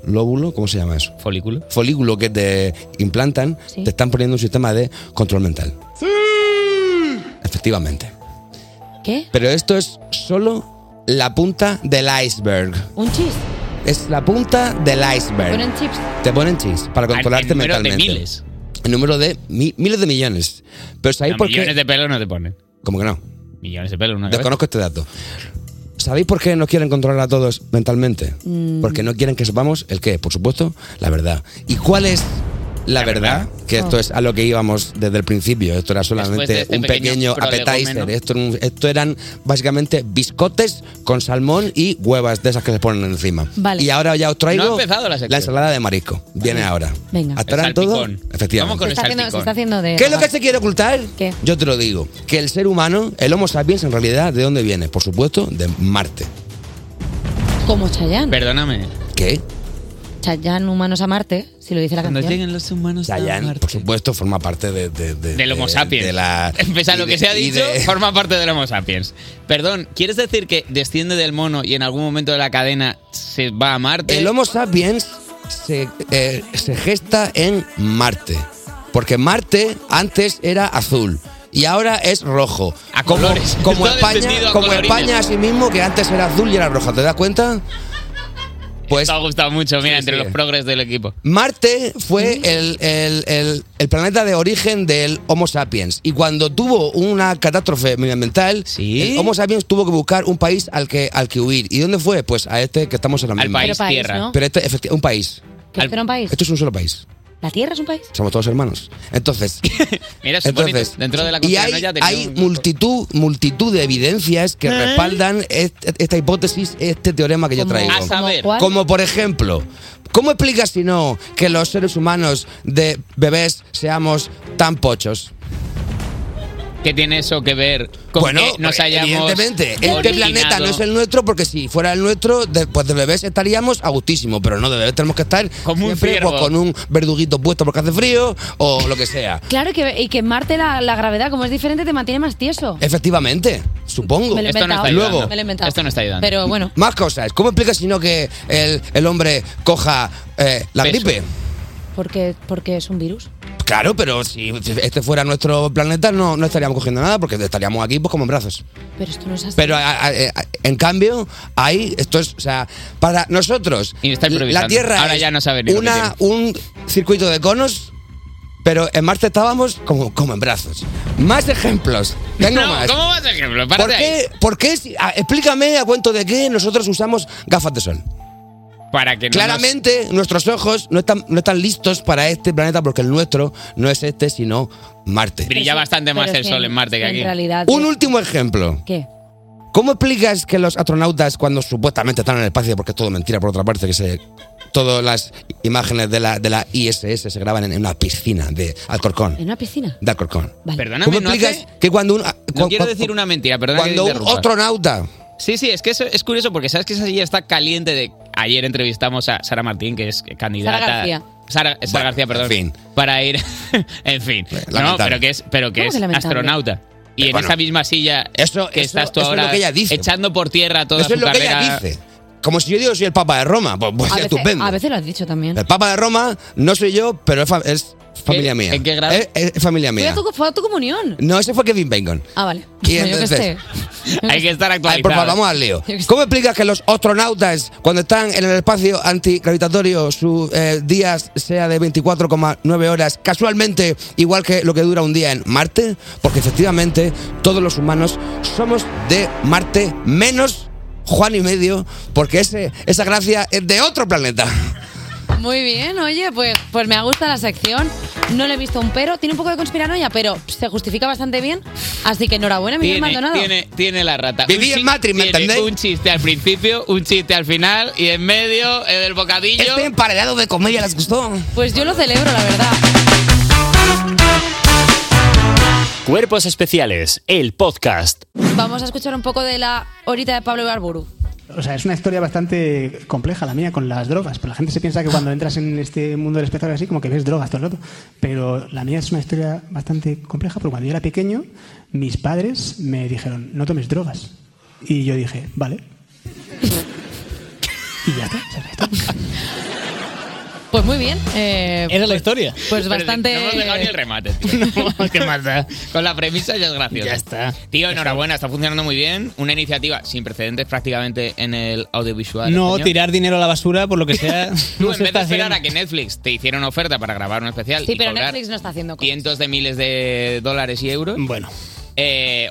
Speaker 11: lóbulo, ¿cómo se llama eso?
Speaker 5: Folículo.
Speaker 11: Folículo que te implantan, te están poniendo un sistema de control mental. Efectivamente.
Speaker 2: ¿Qué?
Speaker 11: Pero esto es solo la punta del iceberg.
Speaker 2: ¿Un chis?
Speaker 11: Es la punta del iceberg.
Speaker 2: Ponen chips.
Speaker 11: Te ponen chis para controlarte
Speaker 5: Ah, el número de
Speaker 11: mentalmente.
Speaker 5: miles.
Speaker 11: El número de mi- miles de millones. Pero ¿sabéis
Speaker 5: No,
Speaker 11: por
Speaker 5: millones
Speaker 11: qué?
Speaker 5: de pelos no te ponen.
Speaker 11: ¿Cómo que no?
Speaker 5: Millones de pelos en una cabeza.
Speaker 11: Desconozco este dato. ¿Sabéis por qué nos quieren controlar a todos mentalmente?
Speaker 5: Mm.
Speaker 11: Porque no quieren que sepamos el qué, por supuesto, la verdad. ¿Y cuál es la, verdad? Que esto
Speaker 5: Oh.
Speaker 11: es a lo que íbamos desde el principio. Esto era solamente
Speaker 5: de este
Speaker 11: un pequeño,
Speaker 5: pequeño prolegómeno.
Speaker 11: appetizer. Esto, era un- esto eran básicamente biscotes con salmón y huevas de esas que se ponen encima.
Speaker 5: Vale.
Speaker 11: Y ahora ya os traigo
Speaker 5: No ha empezado la sección.
Speaker 11: ensalada de marisco. Viene ahora.
Speaker 2: Venga.
Speaker 11: Hasta ahora
Speaker 5: El
Speaker 11: en todo.
Speaker 5: salpicón.
Speaker 11: Efectivamente.
Speaker 5: Vamos
Speaker 2: Se
Speaker 5: con el
Speaker 2: está, haciendo, se está
Speaker 5: salpicón.
Speaker 2: haciendo de.
Speaker 11: ¿Qué es lo que se quiere ocultar?
Speaker 2: ¿Qué?
Speaker 11: Yo te lo digo, que el ser humano, el Homo sapiens en realidad, ¿de dónde viene? Por supuesto, de Marte.
Speaker 2: Como Chayanne.
Speaker 5: Perdóname.
Speaker 11: ¿Qué?
Speaker 2: Chayanne, humanos a Marte, si lo dice la canción.
Speaker 5: los humanos
Speaker 11: Dayan, por supuesto, forma parte de, de- de-
Speaker 5: Del Homo
Speaker 11: de-
Speaker 5: sapiens.
Speaker 11: de la-
Speaker 5: *laughs* Pese a
Speaker 11: y
Speaker 5: lo
Speaker 11: de-
Speaker 5: que se ha
Speaker 11: y
Speaker 5: dicho,
Speaker 11: de-
Speaker 5: forma parte del Homo sapiens. Perdón, ¿quieres decir que desciende del mono y en algún momento de la cadena se va a Marte?
Speaker 11: el Homo sapiens se, eh, se gesta en Marte. Porque Marte antes era azul y ahora es rojo.
Speaker 5: A
Speaker 11: como,
Speaker 5: colores.
Speaker 11: Como
Speaker 5: Todo descendido
Speaker 11: España,
Speaker 5: a
Speaker 11: como
Speaker 5: colorines.
Speaker 11: España a sí mismo, que antes era azul y era roja. ¿Te das cuenta? Pues,
Speaker 5: Te ha gustado mucho, mira, entre los progres del equipo.
Speaker 11: Marte fue el, el- el- el planeta de origen del Homo sapiens. Y cuando tuvo una catástrofe medioambiental, el Homo sapiens tuvo que buscar un país al que, al que huir. ¿Y dónde fue? Pues a este que estamos ahora
Speaker 5: Al
Speaker 11: mismo.
Speaker 5: país, Pero país, tierra. ¿no?
Speaker 11: Pero este, efecti- un país.
Speaker 2: ¿Que esto era un país?
Speaker 11: Esto es un solo país.
Speaker 2: ¿La Tierra es un país?
Speaker 11: Somos todos hermanos. Entonces,
Speaker 5: Mira, es
Speaker 11: entonces
Speaker 5: bonito. Dentro de la
Speaker 11: y
Speaker 5: conspiranoia
Speaker 11: hay,
Speaker 5: tenía
Speaker 11: hay
Speaker 5: un-
Speaker 11: multitud, multitud de evidencias que
Speaker 5: ¿Eh?
Speaker 11: respaldan este- esta hipótesis, este teorema que yo
Speaker 5: ¿Cómo-
Speaker 11: traigo.
Speaker 5: a saber? ¿Cuál?
Speaker 11: Como por ejemplo, ¿cómo explicas si no que los seres humanos de bebés seamos tan pochos?
Speaker 5: ¿Qué tiene eso que ver con
Speaker 11: Bueno,
Speaker 5: que nos hayamos
Speaker 11: evidentemente, este
Speaker 5: originado?
Speaker 11: planeta no es el nuestro porque si fuera el nuestro, de- pues de bebés estaríamos a gustísimo, pero no, de bebés tenemos que estar siempre,
Speaker 5: ciervo.
Speaker 11: pues, con un verduguito puesto porque hace frío o lo que sea.
Speaker 12: Claro, que, y que en Marte la, la gravedad, como es diferente, te mantiene más tieso.
Speaker 11: Efectivamente,
Speaker 8: Eh,
Speaker 11: supongo.
Speaker 12: Me lo he Esto no inventado. está ayudando.
Speaker 11: Luego,
Speaker 12: Me lo he inventado. Esto no está ayudando. Pero bueno.
Speaker 11: Más cosas. ¿Cómo explicas si no que el, el hombre coja eh, la gripe?
Speaker 12: Porque, porque es un virus.
Speaker 11: Claro, pero si este fuera nuestro planeta no, no estaríamos cogiendo nada porque estaríamos aquí pues como en brazos.
Speaker 12: Pero esto no es así.
Speaker 11: Pero a- a- a- en cambio, ahí, esto es, o sea, para nosotros, la
Speaker 5: improvisando.
Speaker 11: Tierra
Speaker 5: Ahora
Speaker 11: es
Speaker 5: ya no sabe ni lo que
Speaker 11: *laughs* una, un circuito de conos, pero en Marte estábamos como, como en brazos. Más ejemplos. Tengo
Speaker 5: No,
Speaker 11: más.
Speaker 5: ¿Cómo vas a ejemplo?
Speaker 11: ¿Por
Speaker 5: Párate ahí.
Speaker 11: qué, por qué si- ah, explícame a cuento de qué nosotros usamos gafas de sol?
Speaker 5: Para que no
Speaker 11: Claramente nuestros ojos no están, no están listos para este planeta porque el nuestro no es este, sino Marte.
Speaker 5: nos- brilla bastante más
Speaker 12: pero
Speaker 5: el
Speaker 12: es que
Speaker 5: sol en Marte que
Speaker 12: en
Speaker 5: aquí.
Speaker 12: realidad-
Speaker 11: Un último ejemplo.
Speaker 12: ¿Qué?
Speaker 11: ¿Cómo explicas que los astronautas, cuando supuestamente están en el espacio, porque es todo mentira por otra parte, que se, todas las imágenes de la, de la ISS se graban en, en una piscina de Alcorcón?
Speaker 12: En una piscina.
Speaker 11: De Alcorcón.
Speaker 5: Perdóname,
Speaker 11: ¿Cómo
Speaker 5: no,
Speaker 11: explicas
Speaker 5: hace-
Speaker 11: que cuando un.
Speaker 5: no quiero decir una mentira, perdona que te
Speaker 11: Cuando un
Speaker 5: interrumpa.
Speaker 11: astronauta.
Speaker 5: Sí, sí, es que eso es curioso porque sabes que esa silla está caliente de... Ayer entrevistamos a Sara Martín, que es candidata...
Speaker 12: Sara García.
Speaker 5: Sara, Sara García, perdón. Para ir... *laughs* en fin. No,
Speaker 11: lamentable.
Speaker 5: pero que es, pero que
Speaker 11: ¿Cómo
Speaker 5: es
Speaker 11: que lamentable?
Speaker 5: astronauta. Y
Speaker 11: Pero
Speaker 5: en
Speaker 11: bueno,
Speaker 5: esa misma silla
Speaker 11: eso,
Speaker 5: que
Speaker 11: eso-
Speaker 5: estás tú
Speaker 11: eso es lo
Speaker 5: ahora
Speaker 11: que ella dice.
Speaker 5: echando por tierra toda
Speaker 11: Eso
Speaker 5: su
Speaker 11: es lo que
Speaker 5: carrera.
Speaker 11: ella dice. Como si yo digo soy el Papa de Roma. Pues, pues
Speaker 12: a, veces,
Speaker 11: estupendo.
Speaker 12: a veces lo has dicho también.
Speaker 11: El Papa de Roma no soy yo, pero es, fa- es familia mía. Eh,
Speaker 5: en qué grado?
Speaker 11: Es, es familia
Speaker 12: Fue a
Speaker 11: mía.
Speaker 12: tu, fue a tu comunión.
Speaker 11: No, ese fue Kevin Bacon.
Speaker 12: Ah, vale. *laughs*
Speaker 11: Y
Speaker 12: Yo qué
Speaker 11: entonces-
Speaker 12: sé.
Speaker 5: Hay que estar
Speaker 11: Ay,
Speaker 5: actualizado.
Speaker 11: eh, por favor, vamos al *laughs* lío. ¿Cómo explicas que los astronautas, cuando están en el espacio antigravitatorio, sus eh, días sea de 24,9 horas, casualmente igual que lo que dura un día en Marte? Porque efectivamente todos los humanos somos de Marte menos Juan y medio, porque ese, esa gracia es de otro planeta.
Speaker 12: Muy bien, oye, pues, pues me gusta la sección. No le he visto un pero. Tiene un poco de conspiranoia, pero se justifica bastante bien. Así que enhorabuena, Miguel
Speaker 5: Tiene,
Speaker 12: Maldonado.
Speaker 5: tiene, tiene la rata.
Speaker 11: Viví
Speaker 5: Un
Speaker 11: en
Speaker 5: chi-
Speaker 11: Matrix, ¿me
Speaker 5: tiene
Speaker 11: entendéis?
Speaker 5: Un chiste al principio, un chiste al final y en medio el del bocadillo.
Speaker 11: Este emparedado de comedia les gustó.
Speaker 12: Pues yo lo celebro, la verdad.
Speaker 1: Cuerpos especiales, el podcast.
Speaker 12: Vamos a escuchar un poco de la horita de Pablo Ibarburu.
Speaker 13: O sea, es una historia bastante compleja la mía con las drogas. Pero la gente se piensa que cuando entras en este mundo del espectáculo así, como que ves drogas todo el rato. Pero la mía es una historia bastante compleja porque cuando yo era pequeño, mis padres me dijeron, no tomes drogas. Y yo dije, vale. y ya está.
Speaker 12: Pues muy bien. eh,
Speaker 13: Era la historia.
Speaker 12: Pues
Speaker 5: Pero
Speaker 12: bastante.
Speaker 5: No hemos dejado ni el remate, tío. *laughs* ¿Qué más da? Con la premisa ya es gracioso.
Speaker 13: Ya está.
Speaker 5: Tío, enhorabuena, está funcionando muy bien. Una iniciativa sin precedentes prácticamente en el audiovisual.
Speaker 14: No
Speaker 5: español.
Speaker 14: tirar dinero a la basura por lo que sea. *laughs*
Speaker 5: Tú,
Speaker 14: no
Speaker 5: en vez
Speaker 14: se
Speaker 5: de
Speaker 14: está
Speaker 5: esperar
Speaker 14: haciendo.
Speaker 5: a que Netflix te hiciera una oferta para grabar un especial
Speaker 12: Sí,
Speaker 5: y
Speaker 12: pero
Speaker 5: cobrar
Speaker 12: Netflix no está haciendo cosas.
Speaker 5: cientos de miles de dólares y
Speaker 14: Mm.
Speaker 5: euros. Bueno.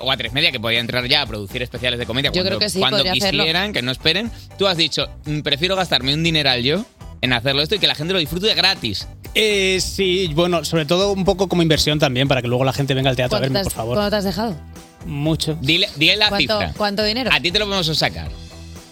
Speaker 5: o a tres media que podía entrar ya a producir especiales de comedia
Speaker 12: Yo
Speaker 5: cuando,
Speaker 12: creo que sí,
Speaker 5: cuando
Speaker 12: podría hacerlo.
Speaker 5: quisieran, que no esperen. Tú has dicho, "Mm, prefiero gastarme un dineral yo en hacerlo esto y que la gente lo disfrute gratis.
Speaker 14: Eh, sí, bueno, sobre todo un poco como inversión también, para que luego la gente venga al teatro a verme,
Speaker 12: ¿Cuánto
Speaker 14: por
Speaker 12: has-
Speaker 14: favor.
Speaker 12: cuánto te has dejado?
Speaker 14: Mucho.
Speaker 5: Dile, dile la
Speaker 12: ¿Cuánto,
Speaker 5: cifra.
Speaker 12: cuánto dinero?
Speaker 5: A ti te lo podemos sacar.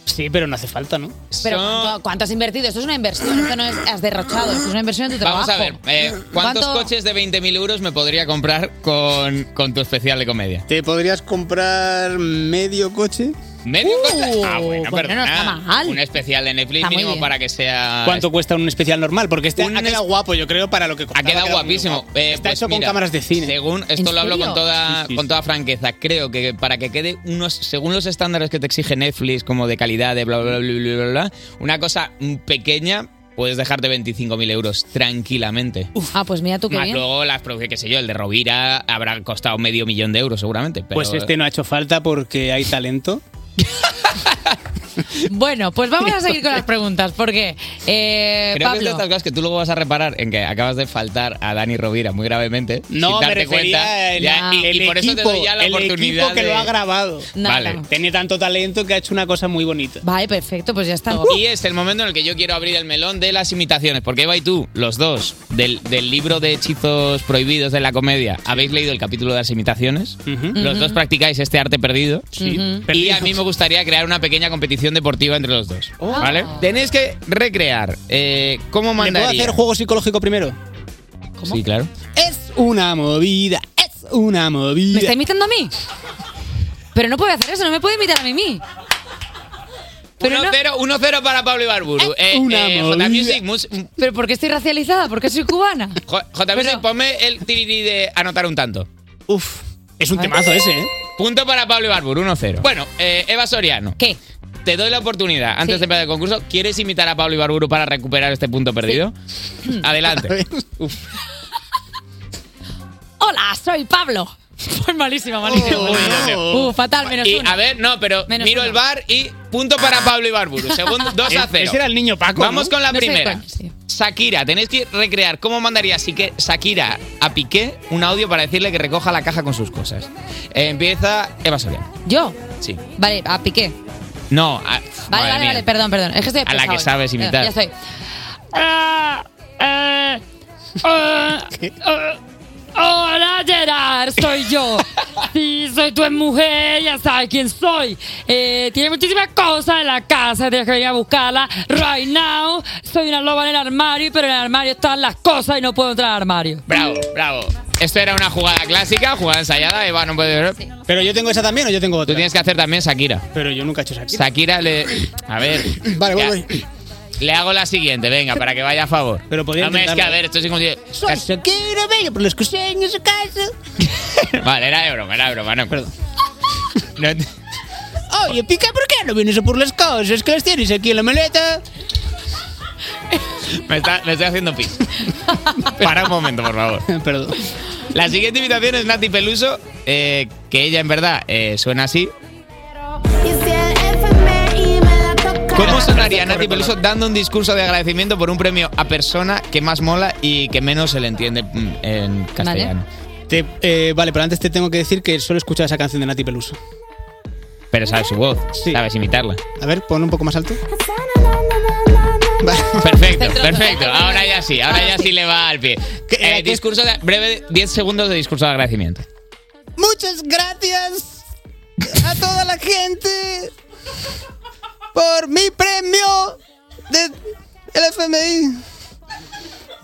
Speaker 14: Sí, pero no hace falta, ¿no?
Speaker 12: Pero
Speaker 5: Son-
Speaker 12: ¿cuánto, cuánto has invertido? Esto es una inversión, esto no es has derrochado, esto es una inversión en tu trabajo.
Speaker 5: Vamos a ver, eh, ¿cuántos
Speaker 12: ¿Cuánto-
Speaker 5: coches de 20.000 euros me podría comprar con, con tu especial de comedia?
Speaker 14: ¿Te podrías comprar medio coche?
Speaker 5: ¿Medio coche? Ah, bueno,
Speaker 14: Uh, bueno,
Speaker 5: perdona.
Speaker 14: no está
Speaker 5: Un especial de Netflix
Speaker 14: Está muy
Speaker 5: mínimo
Speaker 14: bien.
Speaker 5: para que sea...
Speaker 1: Ah,
Speaker 14: ¿Cuánto cuesta un especial normal? Porque este ha quedado guapo, yo creo, para lo que
Speaker 5: Ha
Speaker 14: costaba,
Speaker 5: quedado
Speaker 14: muy
Speaker 5: guapísimo.
Speaker 14: guapo.
Speaker 5: Eh,
Speaker 14: Está
Speaker 5: pues
Speaker 14: hecho con
Speaker 5: mira,
Speaker 14: cámaras de cine.
Speaker 5: Según, esto lo hablo con toda, con toda franqueza. Creo que para que quede unos, según los estándares que te exige Netflix, como de calidad, de bla, bla, bla, bla, bla, bla, una cosa mm, pequeña, puedes dejarte 25.000 euros tranquilamente.
Speaker 12: Ah, pues mira tú qué
Speaker 5: Más
Speaker 12: bien.
Speaker 5: luego las producciones, qué sé yo, el de Rovira habrá costado medio millón de euros seguramente. pero-
Speaker 14: Pues este no ha hecho falta porque hay talento.
Speaker 2: Bueno, pues vamos a seguir con las preguntas, porque eh,
Speaker 5: Creo que es de
Speaker 2: Pablo,
Speaker 5: estas cosas que tú luego vas a reparar en que acabas de faltar a Dani Rovira muy gravemente.
Speaker 14: No,
Speaker 5: sin
Speaker 14: me
Speaker 5: darte
Speaker 14: refería
Speaker 5: cuenta,
Speaker 14: el,
Speaker 5: Ya, y,
Speaker 14: el
Speaker 5: y por eso te
Speaker 14: equipo,
Speaker 5: doy ya la
Speaker 14: el
Speaker 5: oportunidad.
Speaker 14: equipo que
Speaker 5: de-
Speaker 14: lo ha grabado.
Speaker 5: Nada. Vale.
Speaker 14: Tenía tanto talento que ha hecho una cosa muy bonita.
Speaker 12: Vale, perfecto, pues ya está.
Speaker 5: Y es el momento en el que yo quiero abrir el melón de las imitaciones. Porque Eva y tú, los dos, del, del libro de hechizos prohibidos de la comedia, habéis leído el capítulo de las imitaciones. Los
Speaker 14: Ujú.
Speaker 5: dos practicáis este arte perdido.
Speaker 14: Ujú.
Speaker 5: Y a mí me gustaría crear una pequeña competición deportiva entre los dos. ¿Vale? Tenéis que recrear eh, cómo
Speaker 14: Oh. Ah. ¿Le puedo
Speaker 5: mandaría.
Speaker 14: hacer juego psicológico primero?
Speaker 5: Sí, claro.
Speaker 14: Es una movida, es es una
Speaker 12: ¿Me
Speaker 14: movida.
Speaker 12: está imitando a mí? Pero no puede hacer eso, no me puede imitar a mí mí.
Speaker 5: 1-0 1-0 para Pablo Ibarburu. Eh,
Speaker 12: una
Speaker 5: eh,
Speaker 12: movida.
Speaker 5: J Music, mus-
Speaker 12: ¿Pero por qué estoy racializada? ¿Por qué soy cubana?
Speaker 5: J J Music, ponme el tiriri de anotar un tanto. Uf, *laughs* es un
Speaker 14: temazo ese, ¿eh?
Speaker 5: Punto para Pablo Ibarburu, 1-0. Bueno, eh, Eva Soriano.
Speaker 12: ¿Qué?
Speaker 5: Te doy la oportunidad, antes de empezar el concurso, ¿quieres imitar a Pablo Ibarburu para recuperar este punto perdido? *clears throat* Adelante. Uf.
Speaker 12: Hola, soy Pablo. *laughs* Pues malísima, malísima.
Speaker 5: Oh, no.
Speaker 12: Uh, fatal, menos
Speaker 5: Y
Speaker 12: uno.
Speaker 5: a ver, no, pero
Speaker 12: Menos
Speaker 5: miro
Speaker 12: uno.
Speaker 5: el bar y punto para Pablo Ibarburu. Segundo, 2
Speaker 14: *laughs*
Speaker 5: a
Speaker 14: Eh, Ese
Speaker 5: 0.
Speaker 14: era el niño Paco,
Speaker 5: Vamos
Speaker 14: ¿no?
Speaker 5: con la
Speaker 14: No sé
Speaker 5: primera.
Speaker 14: cuál,
Speaker 5: Shakira, tenéis que recrear cómo mandaría Sique- Shakira a Piqué un audio para decirle que recoja la caja con sus cosas. Eh, empieza Eva Soriano.
Speaker 12: ¿Yo?
Speaker 5: Sí.
Speaker 12: Vale, a Piqué.
Speaker 5: No, a,
Speaker 12: Vale,
Speaker 5: madre
Speaker 12: vale,
Speaker 5: mía.
Speaker 12: vale, perdón, perdón. Es que estoy
Speaker 5: A la
Speaker 12: pesado
Speaker 5: que
Speaker 12: hoy.
Speaker 5: sabes imitar.
Speaker 12: Ya estoy. Eh, *laughs* Hola Gerard, soy *laughs* yo. Sí, soy tu mujer, ya sabes quién soy. Eh, tiene muchísimas cosas en la casa, tienes que venir a buscarla. Right now, soy una loba en el armario, pero en el armario están las cosas y no puedo entrar al armario.
Speaker 5: Bravo, bravo. Esto era una jugada clásica, jugada ensayada. Eva no puede ver.
Speaker 14: Pero yo tengo esa también o yo tengo otra.
Speaker 5: Tú tienes que hacer también Shakira.
Speaker 14: Pero yo nunca he hecho Shakira.
Speaker 5: Shakira le. A ver.
Speaker 14: *coughs* Vale,
Speaker 5: Ya.
Speaker 14: voy,
Speaker 5: Le hago la siguiente, venga, para que vaya a favor. Pero
Speaker 14: podría
Speaker 5: No, es que
Speaker 14: intentarlo.
Speaker 5: a ver, esto es como.
Speaker 14: Soy Shakira, venga, por los coseños, su casa.
Speaker 5: Vale, era de broma, era de broma, no. Perdón.
Speaker 14: Oye, Pica, ¿por qué no vienes a por las cosas que las tienes aquí en la maleta?
Speaker 5: me, está- me estoy haciendo pis. Para un momento, por *laughs* favor.
Speaker 14: Perdón.
Speaker 5: La siguiente invitación es Nati Peluso, eh, que ella en verdad eh, suena así. ¿Cómo sonaría Nati Peluso dando un discurso de agradecimiento por un premio a persona que más mola y que menos se le entiende mm, en castellano?
Speaker 14: Te- eh, vale, pero antes te tengo que decir que solo he escuchado esa canción de Nati Peluso.
Speaker 5: Pero sabes su voz, sabes *laughs* imitarla.
Speaker 14: A ver, pon un poco más alto.
Speaker 5: Perfecto, perfecto. Ahora ya sí, Este ahora ya sí le va al pie. Eh, discurso de- breve, 10 segundos de discurso de agradecimiento.
Speaker 14: *laughs* Muchas gracias a toda la gente por mi premio de el FMI.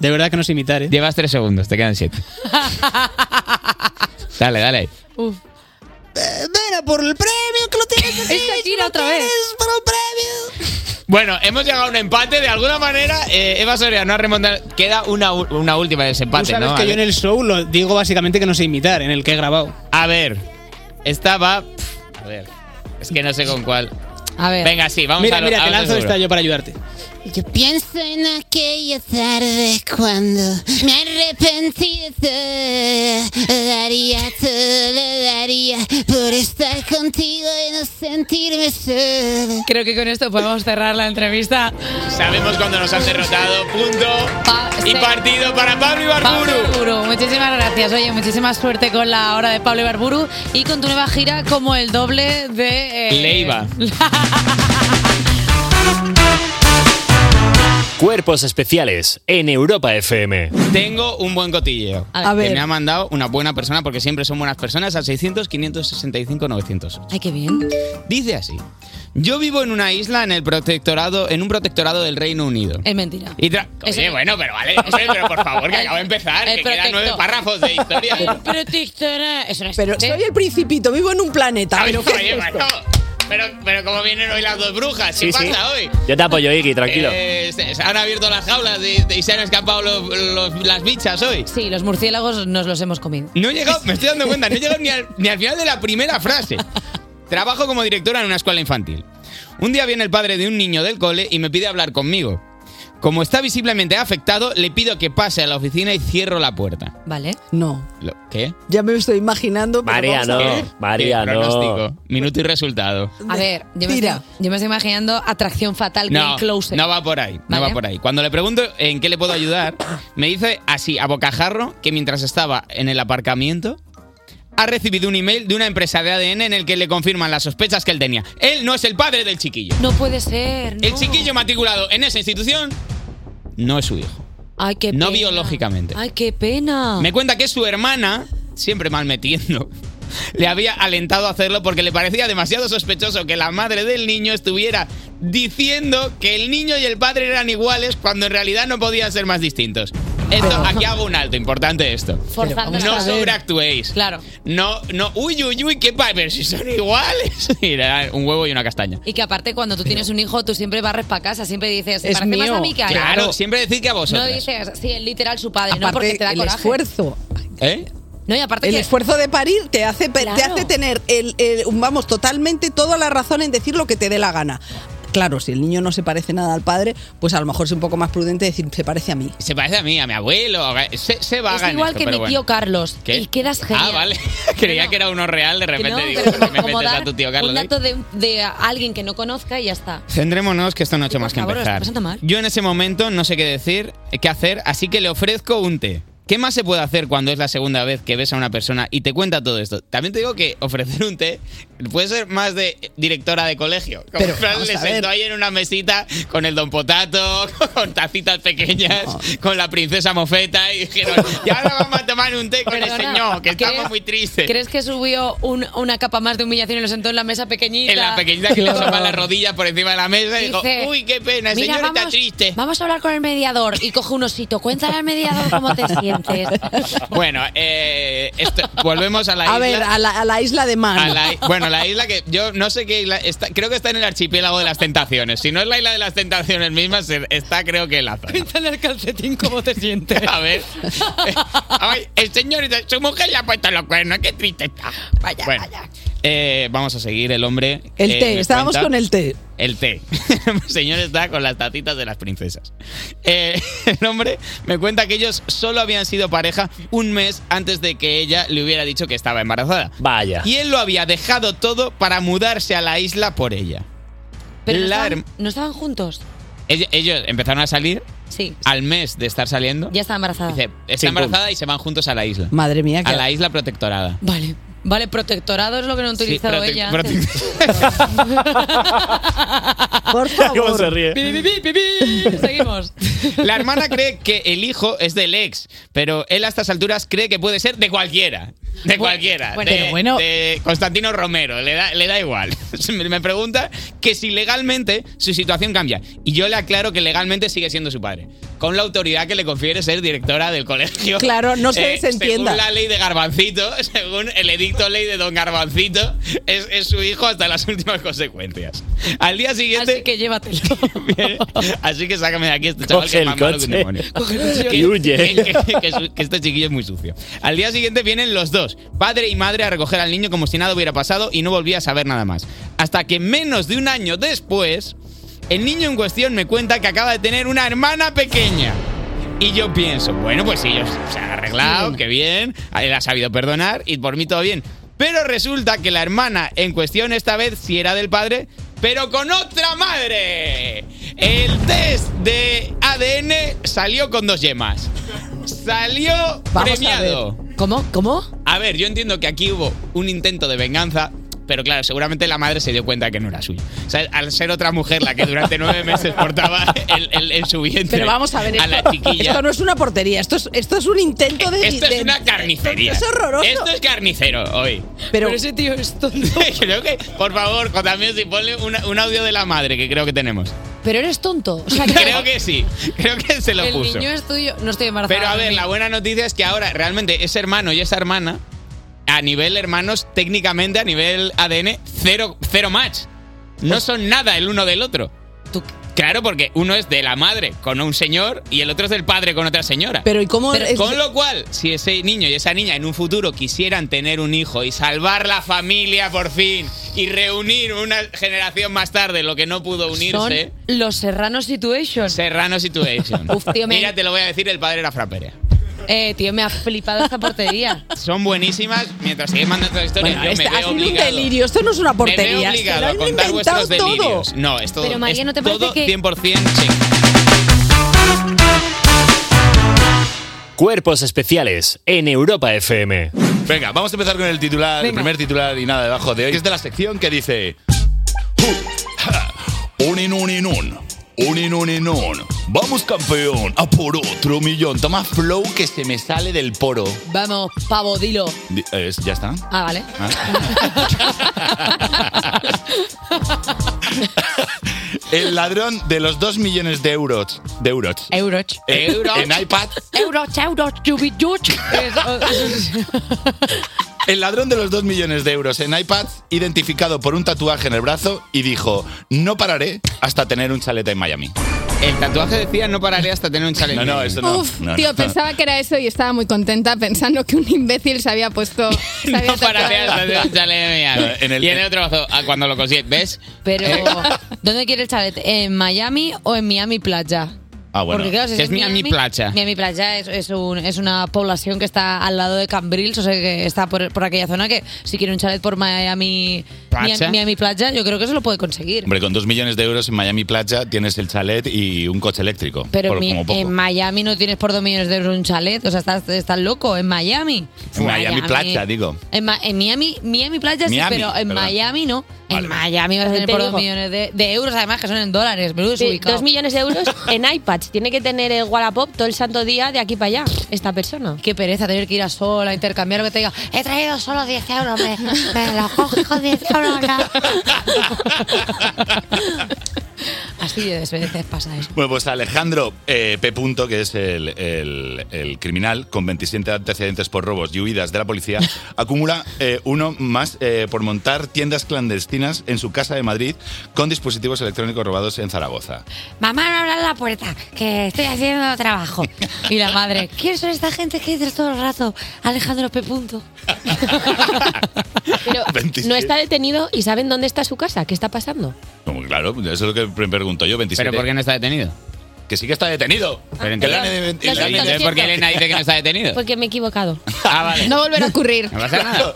Speaker 5: De verdad que no sé imitar, ¿eh? Llevas 3 segundos, te quedan *laughs* 7. Dale, dale.
Speaker 14: Ven a por el premio que lo tienes aquí. Es Shakira otra vez. Para el premio.
Speaker 5: Bueno, hemos llegado a un empate. De alguna manera, eh, Eva Soriano ha remontado. Queda una, u- una última de ese
Speaker 14: Tú
Speaker 5: empate,
Speaker 14: sabes
Speaker 5: ¿no?
Speaker 14: que
Speaker 5: A
Speaker 14: yo en
Speaker 5: ver.
Speaker 14: el show lo digo básicamente que no sé imitar, en el que he grabado.
Speaker 5: A ver, esta va. pf, A ver. Es que no sé con cuál.
Speaker 12: A ver.
Speaker 5: Venga, sí, vamos
Speaker 14: mira,
Speaker 5: a lo-
Speaker 14: mira, te
Speaker 5: vamos
Speaker 14: lanzo
Speaker 5: al
Speaker 14: esta
Speaker 5: seguro.
Speaker 14: yo para ayudarte.
Speaker 15: Yo pienso en aquella tarde cuando me arrepentí de todo. eh, Daría todo, lo daría por estar contigo y no sentirme sola.
Speaker 2: Creo que con esto podemos cerrar la entrevista.
Speaker 5: Sabemos cuando nos han derrotado. Punto.
Speaker 1: Ah,
Speaker 5: y partido para Pablo Ibarburu.
Speaker 2: Pablo Ibarburu, muchísimas gracias. Oye, muchísima suerte con la hora de Pablo Ibarburu y con tu nueva gira como el doble de... eh,
Speaker 1: Leiva. Cuerpos especiales en Europa FM.
Speaker 5: Tengo un buen cotilleo.
Speaker 1: A ver.
Speaker 5: Que me ha mandado una buena persona, porque siempre son buenas personas, al 600, 565, 900.
Speaker 12: Ay, qué bien.
Speaker 5: Dice así. Yo vivo en una isla en el protectorado, en un protectorado del Reino Unido.
Speaker 12: Es mentira.
Speaker 5: Y tra-
Speaker 12: Eso
Speaker 5: Oye,
Speaker 12: no.
Speaker 5: bueno, pero vale, oye, pero por favor, que acabo de
Speaker 12: *laughs*
Speaker 5: empezar,
Speaker 12: El
Speaker 5: que quedan
Speaker 12: protector.
Speaker 5: nueve párrafos de
Speaker 12: *laughs*
Speaker 5: historia.
Speaker 12: Pero Tictora, eso no
Speaker 16: Pero
Speaker 2: Este,
Speaker 16: soy el principito, vivo en un planeta.
Speaker 5: Oye,
Speaker 16: Pero ¿qué es
Speaker 5: bueno,
Speaker 16: esto?
Speaker 5: pero, pero como vienen hoy las dos brujas,
Speaker 1: Sí,
Speaker 5: ¿qué
Speaker 1: sí.
Speaker 5: pasa hoy?
Speaker 1: Yo te apoyo, Iki, tranquilo.
Speaker 5: Eh, se, se han abierto las jaulas y, y se han escapado los- los- las bichas hoy.
Speaker 2: Sí, los murciélagos nos los hemos comido.
Speaker 5: No he llegado, me estoy dando cuenta, no he llegado ni al, ni al final de la primera frase. Trabajo como directora en una escuela infantil. Un día viene el padre de un niño del cole y me pide hablar conmigo. Como está visiblemente afectado, le pido que pase a la oficina y cierro la puerta.
Speaker 2: Vale.
Speaker 16: No,
Speaker 5: Lo- ¿qué?
Speaker 16: ya me lo estoy imaginando. pero
Speaker 5: María,
Speaker 16: vamos a ver.
Speaker 5: María,
Speaker 1: no.
Speaker 5: Minuto y resultado.
Speaker 2: A ver, yo me, estoy, yo me estoy imaginando atracción fatal
Speaker 5: No,
Speaker 2: Green Closer.
Speaker 5: no va por ahí, no
Speaker 2: Vale.
Speaker 5: va por ahí. Cuando le pregunto en qué le puedo ayudar, me dice así, a bocajarro, que mientras estaba en el aparcamiento, ha recibido un email de una empresa de ADN en el que le confirman las sospechas que él tenía. Él no es el padre del chiquillo.
Speaker 2: No puede ser.
Speaker 5: El chiquillo matriculado en esa institución no es su hijo.
Speaker 2: Ay, qué
Speaker 5: No
Speaker 2: pena.
Speaker 5: biológicamente.
Speaker 2: Ay, qué pena.
Speaker 5: Me cuenta que su hermana, siempre mal metiendo, *laughs* le había alentado a hacerlo porque le parecía demasiado sospechoso que la madre del niño estuviera diciendo que el niño y el padre eran iguales cuando en realidad no podían ser más distintos. esto, aquí hago un alto, importante esto.
Speaker 2: Forzando
Speaker 5: No
Speaker 2: a saber.
Speaker 5: sobreactuéis.
Speaker 2: Claro.
Speaker 5: No, no, uy, uy, uy, qué pa- pero si son iguales. *laughs* Y le dan un huevo y una castaña.
Speaker 2: Y que aparte cuando tú tienes un hijo, tú siempre barres para casa, siempre dices,
Speaker 5: Es
Speaker 2: parece más a mí que a él".
Speaker 5: Claro, siempre decir que a
Speaker 2: No
Speaker 5: vosotros.
Speaker 2: dices, sí, es literal su padre, no
Speaker 16: Aparte,
Speaker 2: porque te da
Speaker 16: el
Speaker 2: coraje.
Speaker 16: esfuerzo.
Speaker 5: ¿Eh?
Speaker 2: No, y aparte
Speaker 16: El
Speaker 2: que-
Speaker 16: esfuerzo de parir te hace, pe- te hace tener, el, el- vamos, totalmente toda la razón en decir lo que te dé la gana. Claro, si el niño no se parece nada al padre, pues a lo mejor es un poco más prudente decir, se parece a mí.
Speaker 5: Se parece a mí, a mi abuelo. a- Se, se vaga
Speaker 2: es
Speaker 5: en
Speaker 2: igual
Speaker 5: esto,
Speaker 2: que mi
Speaker 5: pero
Speaker 2: tío
Speaker 5: bueno.
Speaker 2: Carlos.
Speaker 5: ¿Qué?
Speaker 2: Y quedas
Speaker 5: Ah,
Speaker 2: genial.
Speaker 5: vale. *laughs* Creía que era uno real, de
Speaker 2: Que
Speaker 5: repente
Speaker 2: no,
Speaker 5: digo,
Speaker 2: pero
Speaker 5: *laughs* me
Speaker 2: como
Speaker 5: metes a
Speaker 2: dar
Speaker 5: tu tío Carlos. ¿eh?
Speaker 2: un dato de, de alguien que no conozca y ya está.
Speaker 5: Centrémonos que esto no ha hecho más que
Speaker 2: favor, lo
Speaker 5: empezar.
Speaker 2: estoy pasando mal.
Speaker 5: Yo en ese momento no sé qué decir, qué hacer, así que le ofrezco un té. ¿Qué más se puede hacer cuando es la segunda vez que ves a una persona y te cuenta todo esto? También te digo que ofrecer un té puede ser más de directora de colegio. Como
Speaker 9: Pero,
Speaker 5: en plan,
Speaker 9: vamos
Speaker 5: le
Speaker 9: a ver.
Speaker 5: sentó ahí en una mesita con el don potato, *laughs* con tacitas pequeñas, con la princesa mofeta y dijeron, y ahora vamos a tomar un té con el
Speaker 2: Perdona,
Speaker 5: señor, que
Speaker 2: ¿crees-
Speaker 5: estamos muy tristes.
Speaker 2: ¿Crees que subió un- una capa más de humillación y lo sentó en la mesa pequeñita?
Speaker 5: En la
Speaker 2: *laughs*
Speaker 5: pequeñita que le sopan las rodillas por encima de la mesa y dijo,
Speaker 2: Dice,
Speaker 5: uy, qué pena,
Speaker 2: "Mira,
Speaker 5: señorita
Speaker 2: vamos,
Speaker 5: triste.
Speaker 2: Vamos a hablar con el mediador y coge un osito. Cuéntale al mediador cómo te sientes.
Speaker 5: Bueno, eh, esto- volvemos a la
Speaker 16: A
Speaker 5: isla.
Speaker 16: ver, a la, a la isla de Man.
Speaker 5: A la i- bueno, la isla que yo no sé qué isla está, creo que está en el archipiélago de las tentaciones. Si no es la isla de las tentaciones misma, se- está creo que en la zona.
Speaker 2: Cuéntale al calcetín cómo te sientes. *laughs*
Speaker 5: A ver. Ay, el señor, su mujer le ha puesto los cuernos, qué triste está. Vaya, vaya. vamos a seguir el hombre.
Speaker 16: El
Speaker 5: eh,
Speaker 16: té,
Speaker 5: me
Speaker 16: estábamos
Speaker 5: cuenta-
Speaker 16: con el té.
Speaker 5: El té. *laughs* El señor está con las tacitas de las princesas. Eh, *laughs* el hombre me cuenta que ellos solo habían sido pareja un mes antes de que ella le hubiera dicho que estaba embarazada.
Speaker 1: Vaya.
Speaker 5: Y él lo había dejado todo para mudarse a la isla por ella.
Speaker 2: Pero no
Speaker 5: La
Speaker 2: estaban,
Speaker 5: herm-
Speaker 2: no estaban juntos.
Speaker 5: Ellos, ellos empezaron a salir
Speaker 2: Sí.
Speaker 5: al mes de estar saliendo.
Speaker 2: Ya está embarazada.
Speaker 5: Dice, está embarazada y se van juntos a la isla.
Speaker 16: Ah. Madre mía,
Speaker 5: A la isla protectorada.
Speaker 2: Vale. Vale, protectorado es lo que no ha
Speaker 5: Sí,
Speaker 2: utilizado
Speaker 5: protec-
Speaker 2: ella.
Speaker 5: *laughs* protec-
Speaker 1: *laughs*
Speaker 16: Por
Speaker 5: favor. ¿Cómo se
Speaker 2: *laughs*
Speaker 5: ríe?
Speaker 2: Pi, pi, pi, pi,
Speaker 5: *laughs*
Speaker 2: pi. Seguimos.
Speaker 5: La hermana cree que el hijo es del ex, pero él a estas alturas cree que puede ser de cualquiera. De cualquiera.
Speaker 2: bueno,
Speaker 5: de,
Speaker 2: pero bueno.
Speaker 5: de Constantino Romero, le da, le da igual. *laughs* Me me pregunta que si legalmente su situación cambia. Y yo le aclaro que legalmente sigue siendo su padre. Con la autoridad que le confiere ser directora del colegio. Eh,
Speaker 16: Claro, no se desentienda.
Speaker 5: Según la ley de Garbancito, *laughs* según el edicto ley de Don Garbancito, es, es su hijo hasta las últimas consecuencias. Al día siguiente. Así
Speaker 2: que llévatelo.
Speaker 5: *laughs* Así que sácame de aquí este chaval
Speaker 1: Coge
Speaker 5: que es
Speaker 1: el
Speaker 5: más malo que un
Speaker 1: coche.
Speaker 5: demonio.
Speaker 1: Coge el coche.
Speaker 5: Que-
Speaker 1: Y huye.
Speaker 5: que- *laughs* que- que su- que este chiquillo es muy sucio. Al día siguiente vienen los dos, padre y madre, a recoger al niño como si nada hubiera pasado y no volvía a saber nada más. Hasta que menos de un año después, el niño en cuestión me cuenta que acaba de tener una hermana pequeña. Y yo pienso, bueno, pues ellos se han arreglado, qué bien, él ha sabido perdonar y por mí todo bien. Pero resulta que la hermana en cuestión esta vez sí era del padre, pero con otra madre. El test de ADN salió con dos yemas. Salió
Speaker 2: Vamos a
Speaker 5: premiado.
Speaker 2: ver. ¿Cómo? ¿Cómo?
Speaker 5: A ver, yo entiendo que aquí hubo un intento de venganza, pero claro, seguramente la madre se dio cuenta que no era suyo. O sea, al ser otra mujer la que durante nueve meses portaba el, el- en su vientre
Speaker 16: Pero vamos a ver,
Speaker 5: a la
Speaker 16: esto,
Speaker 5: chiquilla.
Speaker 16: esto no es una portería, esto es, esto es un intento de...
Speaker 5: Esto es
Speaker 16: de-
Speaker 5: una carnicería.
Speaker 16: Esto es horroroso.
Speaker 5: Esto es carnicero hoy.
Speaker 16: Pero-
Speaker 2: Pero ese tío es
Speaker 16: *laughs*
Speaker 2: tonto.
Speaker 5: *laughs* creo que, por favor, jo, también si ponle una- un audio de la madre que creo que
Speaker 16: *laughs*
Speaker 5: tenemos.
Speaker 2: Pero eres tonto. O sea, que
Speaker 5: Creo que sí. Creo que se lo
Speaker 2: el
Speaker 5: puso.
Speaker 2: niño es tuyo. No estoy embarazada.
Speaker 5: Pero a ver,
Speaker 2: mami.
Speaker 5: la buena noticia es que ahora realmente ese hermano y esa hermana, a nivel hermanos, técnicamente a nivel ADN, cero, cero match.
Speaker 2: Pues
Speaker 5: No son nada el uno del otro. Claro, porque uno es de la madre con un señor y el otro es del padre con otra señora.
Speaker 16: Pero, ¿y cómo es-
Speaker 5: Con lo cual, si ese niño y esa niña en un futuro quisieran tener un hijo y salvar la familia por fin y reunir una generación más tarde lo que no pudo
Speaker 2: Son
Speaker 5: unirse,
Speaker 2: los Serrano Situation.
Speaker 5: Serrano Situation.
Speaker 2: Uf, tío, me-
Speaker 5: Mira, te lo voy a decir, el padre era Fraperea.
Speaker 2: Eh, tío, me ha flipado esta portería.
Speaker 5: Son buenísimas. Mientras sigue mandando estas historias,
Speaker 16: Bueno,
Speaker 5: yo
Speaker 16: este-
Speaker 5: me
Speaker 16: ha
Speaker 5: veo
Speaker 16: sido un
Speaker 5: obligado.
Speaker 16: delirio, esto no es una
Speaker 5: Me veo
Speaker 16: portería. se
Speaker 5: obligado
Speaker 16: lo
Speaker 5: a
Speaker 16: han
Speaker 5: contar
Speaker 16: inventado
Speaker 5: vuestros
Speaker 16: todo.
Speaker 5: delirios. No, es todo,
Speaker 2: Pero, María,
Speaker 5: es
Speaker 2: ¿no te parece
Speaker 5: todo
Speaker 2: que-
Speaker 5: 100% sí.
Speaker 1: Cuerpos especiales en Europa FM.
Speaker 9: Venga, vamos a empezar con el titular, el primer titular y nada debajo de hoy. que Es de la sección que dice. Unin, unin, un. Unin, unin, un. Vamos, campeón, a por otro millón. Toma flow que se me sale del poro.
Speaker 2: Vamos, pavo, dilo.
Speaker 9: Di- es- ¿Ya está?
Speaker 2: Ah, vale.
Speaker 9: Ah. El ladrón de los 2 millones de euros. De euros.
Speaker 2: Euroch.
Speaker 9: Eh, En iPad.
Speaker 2: Euroch, Euroch, yubi, yuch.
Speaker 9: El ladrón de los 2 millones de euros en iPad, identificado por un tatuaje en el brazo, y dijo: No pararé hasta tener un chalet en Miami.
Speaker 5: El tatuaje decía: No pararé hasta tener un chalet
Speaker 9: No, no, eso no.
Speaker 10: Uf,
Speaker 9: No, no.
Speaker 10: tío, pensaba que era eso y estaba muy contenta pensando que un imbécil se había puesto. se había
Speaker 5: *laughs* No pararé
Speaker 10: tatuado.
Speaker 5: hasta tener un chalet en Miami. y en el otro brazo, ah, cuando lo consigues, ¿ves?
Speaker 2: Pero,
Speaker 5: Eh,
Speaker 2: ¿dónde quiere el chalet? ¿En Miami o en Miami Playa?
Speaker 5: Ah, bueno.
Speaker 2: Porque, claro, si
Speaker 5: Que es Miami Playa.
Speaker 2: Miami Playa es, es un- es una población que está al lado de Cambrils, o sea, que está por, por aquella zona que si quiere un chalet por Miami
Speaker 9: Playa.
Speaker 2: Miami, Miami Playa, yo creo que se lo puede conseguir.
Speaker 9: Hombre, con 2 millones de euros en Miami Playa tienes el chalet y un coche eléctrico.
Speaker 2: Pero
Speaker 9: por-
Speaker 2: mi-
Speaker 9: como poco.
Speaker 2: en Miami no tienes por dos millones de euros un chalet, o sea, estás, estás loco, en Miami.
Speaker 9: En Miami Playa, digo.
Speaker 2: En, Ma- en Miami, Miami Playa sí,
Speaker 9: Miami,
Speaker 2: pero en
Speaker 9: perdón.
Speaker 2: Miami no. En Miami vas a tener
Speaker 8: Te
Speaker 2: por dos
Speaker 8: digo.
Speaker 2: millones de, de euros, además que son en dólares, menudo
Speaker 8: Sí,
Speaker 2: desubicado.
Speaker 8: dos millones de euros
Speaker 2: *laughs*
Speaker 8: en iPads. Tiene que tener el Wallapop todo el santo día de aquí para allá, esta persona.
Speaker 2: Qué pereza tener que ir a sola, intercambiar lo que te diga. He traído solo 10 euros, me, me los coges con 10 euros
Speaker 9: *laughs*
Speaker 2: acá. Así de veces pasa eso.
Speaker 9: Bueno, pues Alejandro eh, P. Punto, que es el, el- el criminal con 27 antecedentes por robos y huidas de la policía, acumula eh, uno más eh, por montar tiendas clandestinas en su casa de Madrid con dispositivos electrónicos robados en Zaragoza.
Speaker 2: Mamá, no abras la puerta, que estoy haciendo trabajo. Y la madre, ¿quién son esta gente que dices todo el rato? Alejandro P. Punto. *laughs*
Speaker 8: Pero no está detenido y saben dónde está su casa. ¿Qué está pasando?
Speaker 9: Como, claro, eso es lo que pre- pregunto yo, 27.
Speaker 5: ¿Pero por qué no está detenido?
Speaker 9: Que sí que está detenido.
Speaker 5: Pero
Speaker 9: Que le
Speaker 5: entonces-
Speaker 9: han-
Speaker 5: Lo siento,
Speaker 9: le han-
Speaker 5: lo ¿Por qué siento. Elena dice que no está detenido?
Speaker 2: Pues,
Speaker 8: Porque me he equivocado.
Speaker 9: Ah, vale.
Speaker 10: No volverá a
Speaker 8: *laughs*
Speaker 10: ocurrir.
Speaker 9: No pasa *laughs* nada.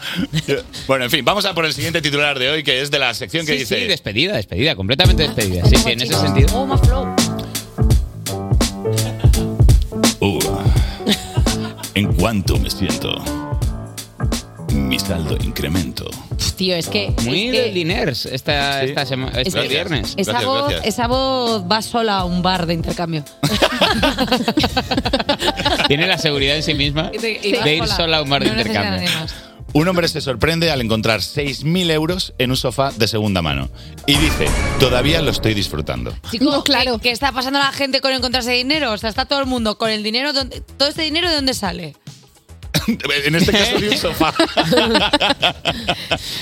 Speaker 9: Bueno, en fin, vamos a por el siguiente titular de hoy, que es de la sección que
Speaker 5: Sí,
Speaker 9: dice...
Speaker 5: sí, despedida, despedida, completamente despedida. Sí, sí, en ese sentido.
Speaker 9: Uh, en cuanto me siento, mi saldo incremento.
Speaker 2: Tío, es que.
Speaker 5: Muy
Speaker 2: es que-
Speaker 5: de diners esta, esta sema- este
Speaker 2: es que-
Speaker 5: viernes.
Speaker 2: Esa, voz, esa voz va sola a un bar de *laughs* intercambio.
Speaker 5: Tiene la seguridad en sí misma
Speaker 2: Y te- y vas
Speaker 5: de ir
Speaker 2: sola.
Speaker 5: sola a un bar de
Speaker 2: No necesita
Speaker 5: intercambio.
Speaker 2: nadie más.
Speaker 9: Un hombre se sorprende al encontrar 6.000 euros en un sofá de segunda mano y dice, todavía lo estoy disfrutando. *laughs*
Speaker 2: Chico, claro. ¿qué, qué está pasando la gente con encontrarse dinero? O sea, está todo el mundo con el dinero. ¿dónde- ¿Todo este dinero de dónde sale?
Speaker 9: En este caso de un sofá.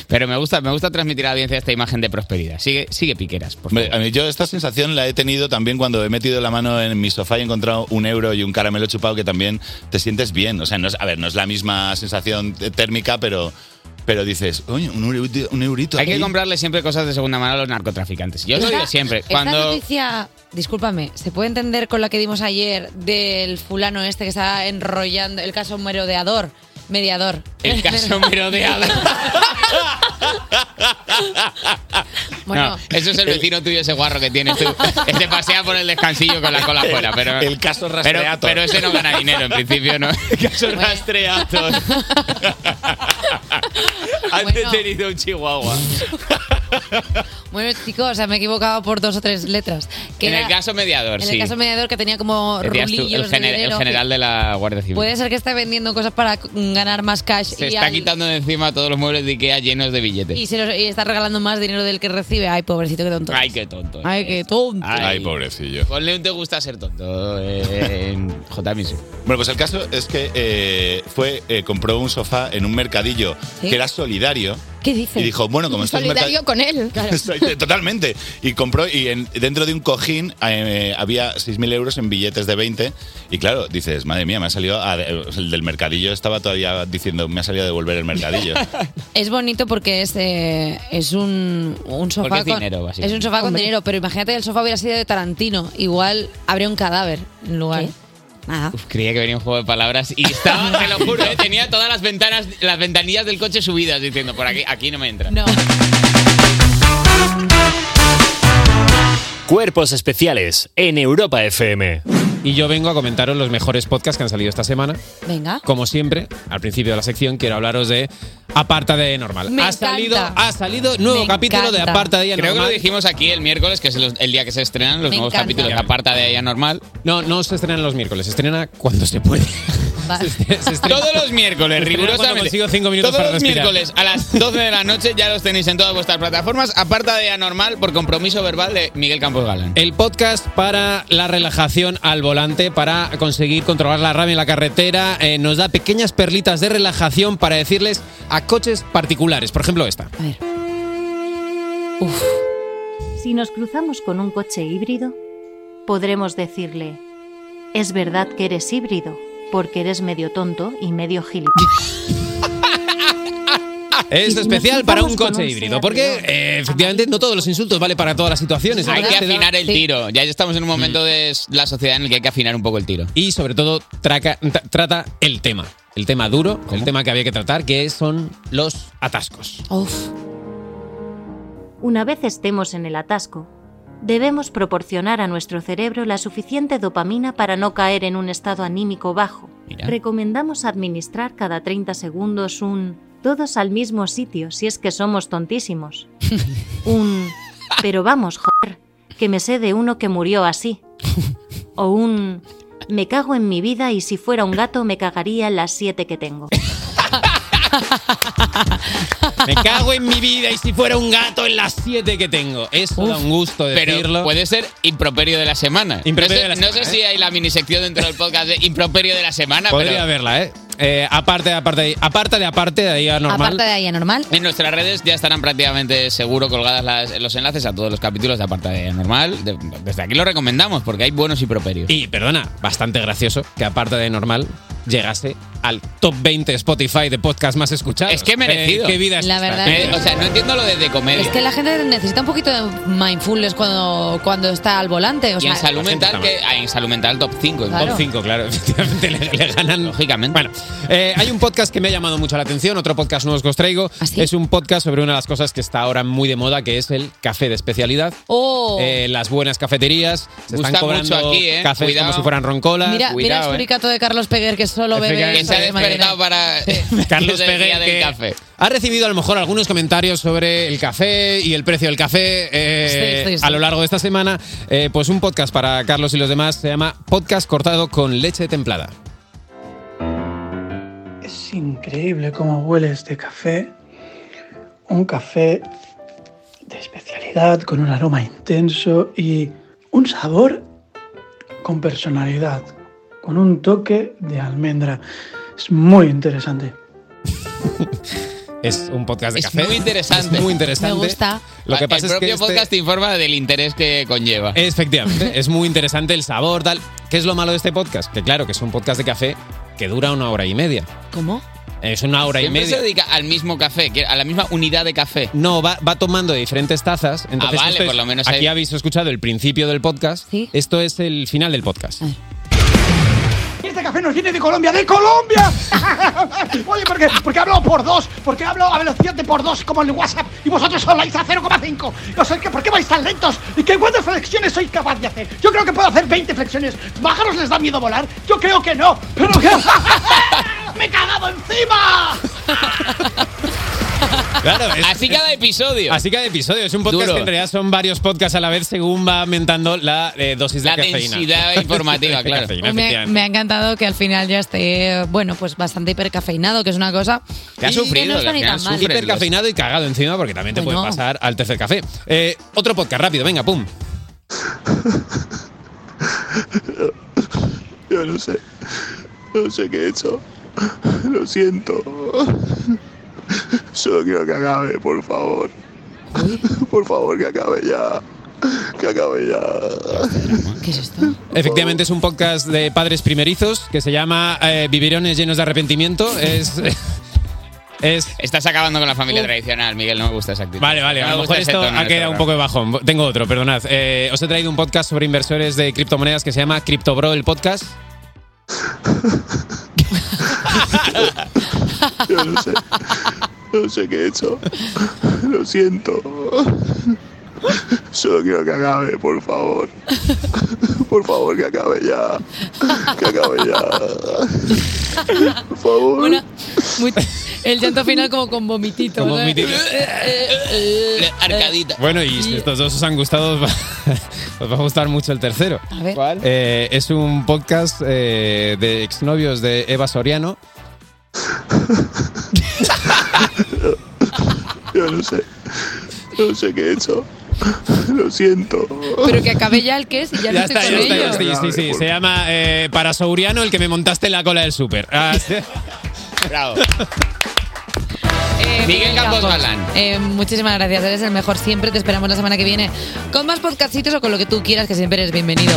Speaker 5: Pero me gusta, me gusta transmitir a la audiencia esta imagen de prosperidad. Sigue, sigue piqueras, por favor.
Speaker 9: Hombre, a mí yo esta sensación la he tenido también cuando he metido la mano en mi sofá y he encontrado un euro y un caramelo chupado que también te sientes bien. O sea, no es, a ver, no es la misma sensación t- térmica, pero, pero dices, oye, un, euro- un eurito.
Speaker 5: Hay que
Speaker 9: aquí".
Speaker 5: comprarle siempre cosas de segunda mano a los narcotraficantes. Yo lo
Speaker 2: Esta-
Speaker 5: digo siempre.
Speaker 2: esta
Speaker 5: Cuando
Speaker 2: noticia, discúlpame, ¿se puede entender con la que dimos ayer del fulano este que está enrollando el caso merodeador? Mediador.
Speaker 5: el
Speaker 2: *laughs*
Speaker 5: caso merodeado.
Speaker 2: Bueno.
Speaker 5: No, eso es el vecino tuyo, ese guarro que tienes tú. Que te pasea por el descansillo con la cola
Speaker 9: El-
Speaker 5: afuera. Pero,
Speaker 9: el caso rastreato.
Speaker 5: Pero, pero ese no gana dinero, en principio, ¿no? El caso rastreato.
Speaker 2: *laughs*
Speaker 5: Han detenido un chihuahua.
Speaker 2: Bueno, eh, chicos, o sea, me he equivocado por dos o tres letras. Que
Speaker 5: en
Speaker 2: era-
Speaker 5: el caso mediador,
Speaker 2: en el
Speaker 5: sí.
Speaker 2: caso mediador que tenía como
Speaker 5: Decías tú,
Speaker 2: rulillos
Speaker 5: el,
Speaker 2: de
Speaker 5: gener- el
Speaker 2: dinero.
Speaker 5: general de la Guardia Civil.
Speaker 2: Puede ser que esté vendiendo cosas para mm, ganar más cash
Speaker 5: Se
Speaker 2: y,
Speaker 5: está
Speaker 2: al-
Speaker 5: quitando de encima todos los muebles de Ikea llenos de billetes.
Speaker 2: y se los- y está regalando más dinero del que recibe. Ay, pobrecito, qué
Speaker 8: Ah,
Speaker 2: tonto.
Speaker 5: Ay, qué tonto. eh.
Speaker 2: Ay, qué tonto.
Speaker 9: pobrecillo.
Speaker 5: Ponle un te gusta ser tonto eh, en J.
Speaker 9: Bueno, pues el caso es que eh, fue, eh, compró un sofá en un mercadillo
Speaker 10: Sí.
Speaker 9: que era solidario.
Speaker 10: ¿Qué dice?
Speaker 9: Y dijo, bueno, como esto es mercadillo...
Speaker 10: Solidario con él.
Speaker 9: *laughs* Estoy- Totalmente. Y compró, y en- dentro de un cojín eh, había 6.000 euros en billetes de 20. Y claro, dices, madre mía, me ha salido. a- el del mercadillo estaba todavía diciendo, me ha salido a devolver el mercadillo.
Speaker 2: Es bonito porque es, eh, es un, un sofá
Speaker 9: Porque es
Speaker 2: con
Speaker 9: dinero,
Speaker 2: es
Speaker 9: básicamente.
Speaker 2: un sofá con
Speaker 9: Hombre.
Speaker 2: dinero, pero imagínate que el sofá hubiera sido de Tarantino, igual habría un cadáver en lugar. Nada.
Speaker 5: Creía que venía un juego de palabras y estaba, te lo juro, eh, tenía todas las ventanas, las ventanillas del coche subidas diciendo, por aquí, aquí no me entra.
Speaker 2: No.
Speaker 1: Cuerpos especiales en Europa FM.
Speaker 17: Y yo vengo a comentaros los mejores podcasts que han salido esta semana.
Speaker 2: Venga.
Speaker 17: Como siempre, al principio de la sección quiero hablaros de Aparta de Normal.
Speaker 2: Me
Speaker 17: ha salido
Speaker 2: encanta.
Speaker 17: ha salido nuevo
Speaker 2: Me
Speaker 17: capítulo de
Speaker 2: encanta.
Speaker 17: Aparta de Ella
Speaker 5: Creo que lo
Speaker 17: Normal.
Speaker 5: dijimos aquí el miércoles, que es los- el día que se estrenan los
Speaker 17: Me
Speaker 5: nuevos
Speaker 17: encanta.
Speaker 5: capítulos de Aparta de Ella Normal.
Speaker 17: No, no se estrenan los miércoles, se estrena cuando se puede. *laughs*
Speaker 5: Todos los miércoles,
Speaker 17: Estrenar
Speaker 5: rigurosamente.
Speaker 17: cuando consigo cinco minutos
Speaker 5: Todos
Speaker 17: para
Speaker 5: los
Speaker 17: respirar.
Speaker 5: miércoles a
Speaker 17: *laughs*
Speaker 5: las 12 de la noche ya los tenéis en todas vuestras plataformas, aparta de Anormal por compromiso verbal de Miguel Campos Galán.
Speaker 17: El podcast para la relajación Eh, al volante, para conseguir controlar la rabia en la carretera, eh, nos da pequeñas perlitas de relajación para decirles a coches particulares. Por ejemplo, esta.
Speaker 18: Si nos cruzamos con un coche híbrido, podremos decirle, es verdad que eres híbrido, porque eres medio tonto y medio gilipollas.
Speaker 17: Es
Speaker 18: nos
Speaker 17: especial para un
Speaker 18: cruzamos con
Speaker 17: coche
Speaker 18: un
Speaker 17: híbrido, porque eh, efectivamente no todos los insultos vale para todas las situaciones.
Speaker 5: Hay que
Speaker 17: Te da- Mm.
Speaker 5: afinar el tiro. Ya estamos en un momento de la sociedad en el que hay que afinar un poco el tiro.
Speaker 17: Y sobre todo traca- tra- trata el tema, el tema duro, el tema que había que tratar, que son los atascos.
Speaker 18: Una vez estemos en el atasco, debemos proporcionar a nuestro cerebro la suficiente dopamina para no caer en un estado anímico bajo. Recomendamos administrar cada 30 segundos un todos al mismo sitio si es que somos tontísimos. un pero vamos, joder, que me sé de uno que murió así. O un me cago en mi vida y si fuera un gato me cagaría en las siete que tengo.
Speaker 17: Me cago en mi vida y si fuera un gato en las siete que tengo. Eso da un gusto
Speaker 5: Pero
Speaker 17: decirlo.
Speaker 5: puede ser improperio de la semana.
Speaker 17: Improperio
Speaker 5: no sé,
Speaker 17: de la
Speaker 5: no
Speaker 17: semana, ¿eh?
Speaker 5: sé si hay la minisección dentro del podcast de improperio de la semana,
Speaker 17: Podría
Speaker 5: pero
Speaker 17: haberla, ¿eh? Eh, Aparte de aparte de aparte de aparte de ahí a normal.
Speaker 2: Aparte de ahí, normal.
Speaker 5: en nuestras redes ya estarán prácticamente seguro colgadas las- los enlaces a todos los capítulos de Aparta de Normal. De- desde aquí lo recomendamos porque hay buenos improperios.
Speaker 17: Y perdona, bastante gracioso que aparte de normal llegase al top 20 Spotify de podcast más escuchados.
Speaker 5: Es que merecido.
Speaker 17: Eh, qué vida es
Speaker 2: La
Speaker 17: esta?
Speaker 2: verdad es que-
Speaker 5: O sea, no entiendo lo de, de comedia.
Speaker 2: Es que la gente necesita un poquito de mindfulness cuando, cuando está al volante. O
Speaker 5: y
Speaker 2: sea,
Speaker 5: en salud mental, que, ah, en salud mental top 5.
Speaker 2: Claro.
Speaker 17: Top 5, claro, efectivamente le, le ganan. Lógicamente. Bueno, eh, hay un podcast que me ha llamado mucho la atención, otro podcast nuevo que os traigo.
Speaker 2: ¿Ah,
Speaker 17: Es un podcast sobre una de las cosas que está ahora muy de moda, que es el café de especialidad.
Speaker 2: Oh.
Speaker 17: Eh, las buenas cafeterías se
Speaker 5: Gusta
Speaker 17: están cobrando
Speaker 5: mucho aquí, ¿eh?
Speaker 17: cafés
Speaker 5: Cuidado. eh.
Speaker 17: como si fueran roncolas.
Speaker 2: Mira, mira el suricato de Carlos Peguer que solo bebe.
Speaker 5: que se ha
Speaker 2: sobre madera.
Speaker 5: despertado para
Speaker 17: *laughs*
Speaker 5: *laughs*
Speaker 17: Carlos
Speaker 5: desde el
Speaker 17: Peguer,
Speaker 5: día del
Speaker 17: que
Speaker 5: café.
Speaker 17: Ha recibido a lo mejor algunos comentarios sobre el café y el precio del café eh,
Speaker 5: Sí, sí, sí.
Speaker 17: a lo largo de esta semana. Eh, pues un podcast para Carlos y los demás se llama Podcast cortado con leche templada.
Speaker 19: Es increíble cómo huele este café. Un café de especialidad, con un aroma intenso y un sabor con personalidad, con un toque de almendra. Es muy interesante.
Speaker 17: Es un podcast de
Speaker 5: Es
Speaker 17: café.
Speaker 5: muy interesante.
Speaker 17: Es muy interesante. Lo que pasa
Speaker 5: el
Speaker 17: es que
Speaker 5: propio
Speaker 17: este- Eh,
Speaker 5: podcast te informa del interés que conlleva.
Speaker 17: Efectivamente, es muy interesante el sabor, tal. ¿Qué es lo malo de este podcast? Que claro, que es un podcast de café que dura una hora y media.
Speaker 2: ¿Cómo?
Speaker 17: Es una hora
Speaker 5: Siempre
Speaker 17: y
Speaker 5: se
Speaker 17: media.
Speaker 5: dedica al mismo café, que- a la misma unidad de café. Ah,
Speaker 17: No, va, va tomando de diferentes
Speaker 14: Ah,
Speaker 17: tazas. Mm, Entonces,
Speaker 5: vale,
Speaker 17: esto es-
Speaker 5: por lo menos
Speaker 17: Aquí
Speaker 5: hay-
Speaker 17: habéis escuchado el principio del podcast. Esto es el final del podcast.
Speaker 19: Este café nos viene de Colombia, de Colombia. *laughs* Oye, porque, porque hablo por dos, porque hablo a velocidad de por dos como el WhatsApp y vosotros habláis a 0,5. No sé qué, ¿por qué vais tan lentos? ¿Y qué cuántas flexiones sois capaz de hacer? Yo creo que puedo hacer 20 flexiones. ¿Bajaros les da miedo volar? Yo creo que no, pero que... *laughs* ¡Me he cagado encima!
Speaker 17: Claro,
Speaker 5: Así cada episodio.
Speaker 17: Así cada episodio. Es un podcast
Speaker 5: Duro.
Speaker 17: que en realidad son varios podcasts a la vez según va aumentando la eh, dosis de
Speaker 5: La
Speaker 17: cafeína. *laughs*
Speaker 5: densidad informativa, claro.
Speaker 17: Cafeína,
Speaker 2: Me,
Speaker 17: efectivamente.
Speaker 2: me ha encantado que al final ya esté, bueno, pues bastante hipercafeinado, que es una cosa.
Speaker 17: Te has
Speaker 2: y que no está ni tan mal.
Speaker 17: Hipercafeinado y cagado encima porque también te puede
Speaker 2: Bueno.
Speaker 17: pasar al tercer café. Eh, otro podcast, rápido, venga, pum.
Speaker 20: Yo no sé. No sé qué he hecho. Lo siento. Solo quiero que acabe, por favor. Por favor, que acabe ya. Que acabe ya.
Speaker 2: ¿Qué es esto?
Speaker 17: Efectivamente, es un podcast de padres primerizos que se llama eh, Viverones llenos de arrepentimiento. Es. *laughs*
Speaker 5: Estás acabando con la familia tradicional, Miguel, no me gusta esa actitud.
Speaker 17: Vale, vale,
Speaker 5: No
Speaker 17: a
Speaker 5: me
Speaker 17: lo
Speaker 5: gusta
Speaker 17: mejor
Speaker 5: ese
Speaker 17: esto
Speaker 5: tono,
Speaker 17: ha
Speaker 5: ese
Speaker 17: quedado un
Speaker 5: tono.
Speaker 17: poco de bajón. Tengo otro, perdonad. Eh, os he traído un podcast sobre inversores de criptomonedas que se llama CryptoBro, el podcast.
Speaker 20: Yo no sé. No sé qué he hecho. Lo siento. Solo quiero que acabe, por favor. Por favor, que acabe ya. Que acabe ya. Por favor.
Speaker 2: Una- muy- el llanto final como con ¿eh? vomitito.
Speaker 17: Como
Speaker 2: ¿no?
Speaker 17: vomitito.
Speaker 5: Arcadita.
Speaker 17: Eh, Bueno, y si estos dos os han gustado, os va, *laughs* os va a gustar mucho el tercero.
Speaker 2: A ver.
Speaker 17: Eh, es un podcast eh, de exnovios de Eva Soriano.
Speaker 20: Yo no sé. *laughs* No sé qué he hecho. *laughs* Lo siento.
Speaker 2: Pero que acabe ya el que es y ya, no estoy con ello.
Speaker 17: Sí, sí, sí. Se llama eh, Para Sauriano, el que me montaste en la cola del súper. Ah, sí.
Speaker 5: Bravo.
Speaker 2: Eh,
Speaker 5: Miguel Campos Galán.
Speaker 2: eh, muchísimas gracias, eres el mejor siempre. Te esperamos la semana que viene con más podcastitos o con lo que tú quieras, que siempre eres bienvenido.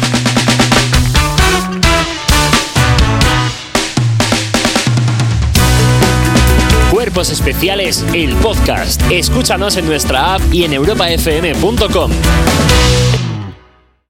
Speaker 1: Cuerpos Especiales, el podcast. Escúchanos en nuestra app y en europafm.com.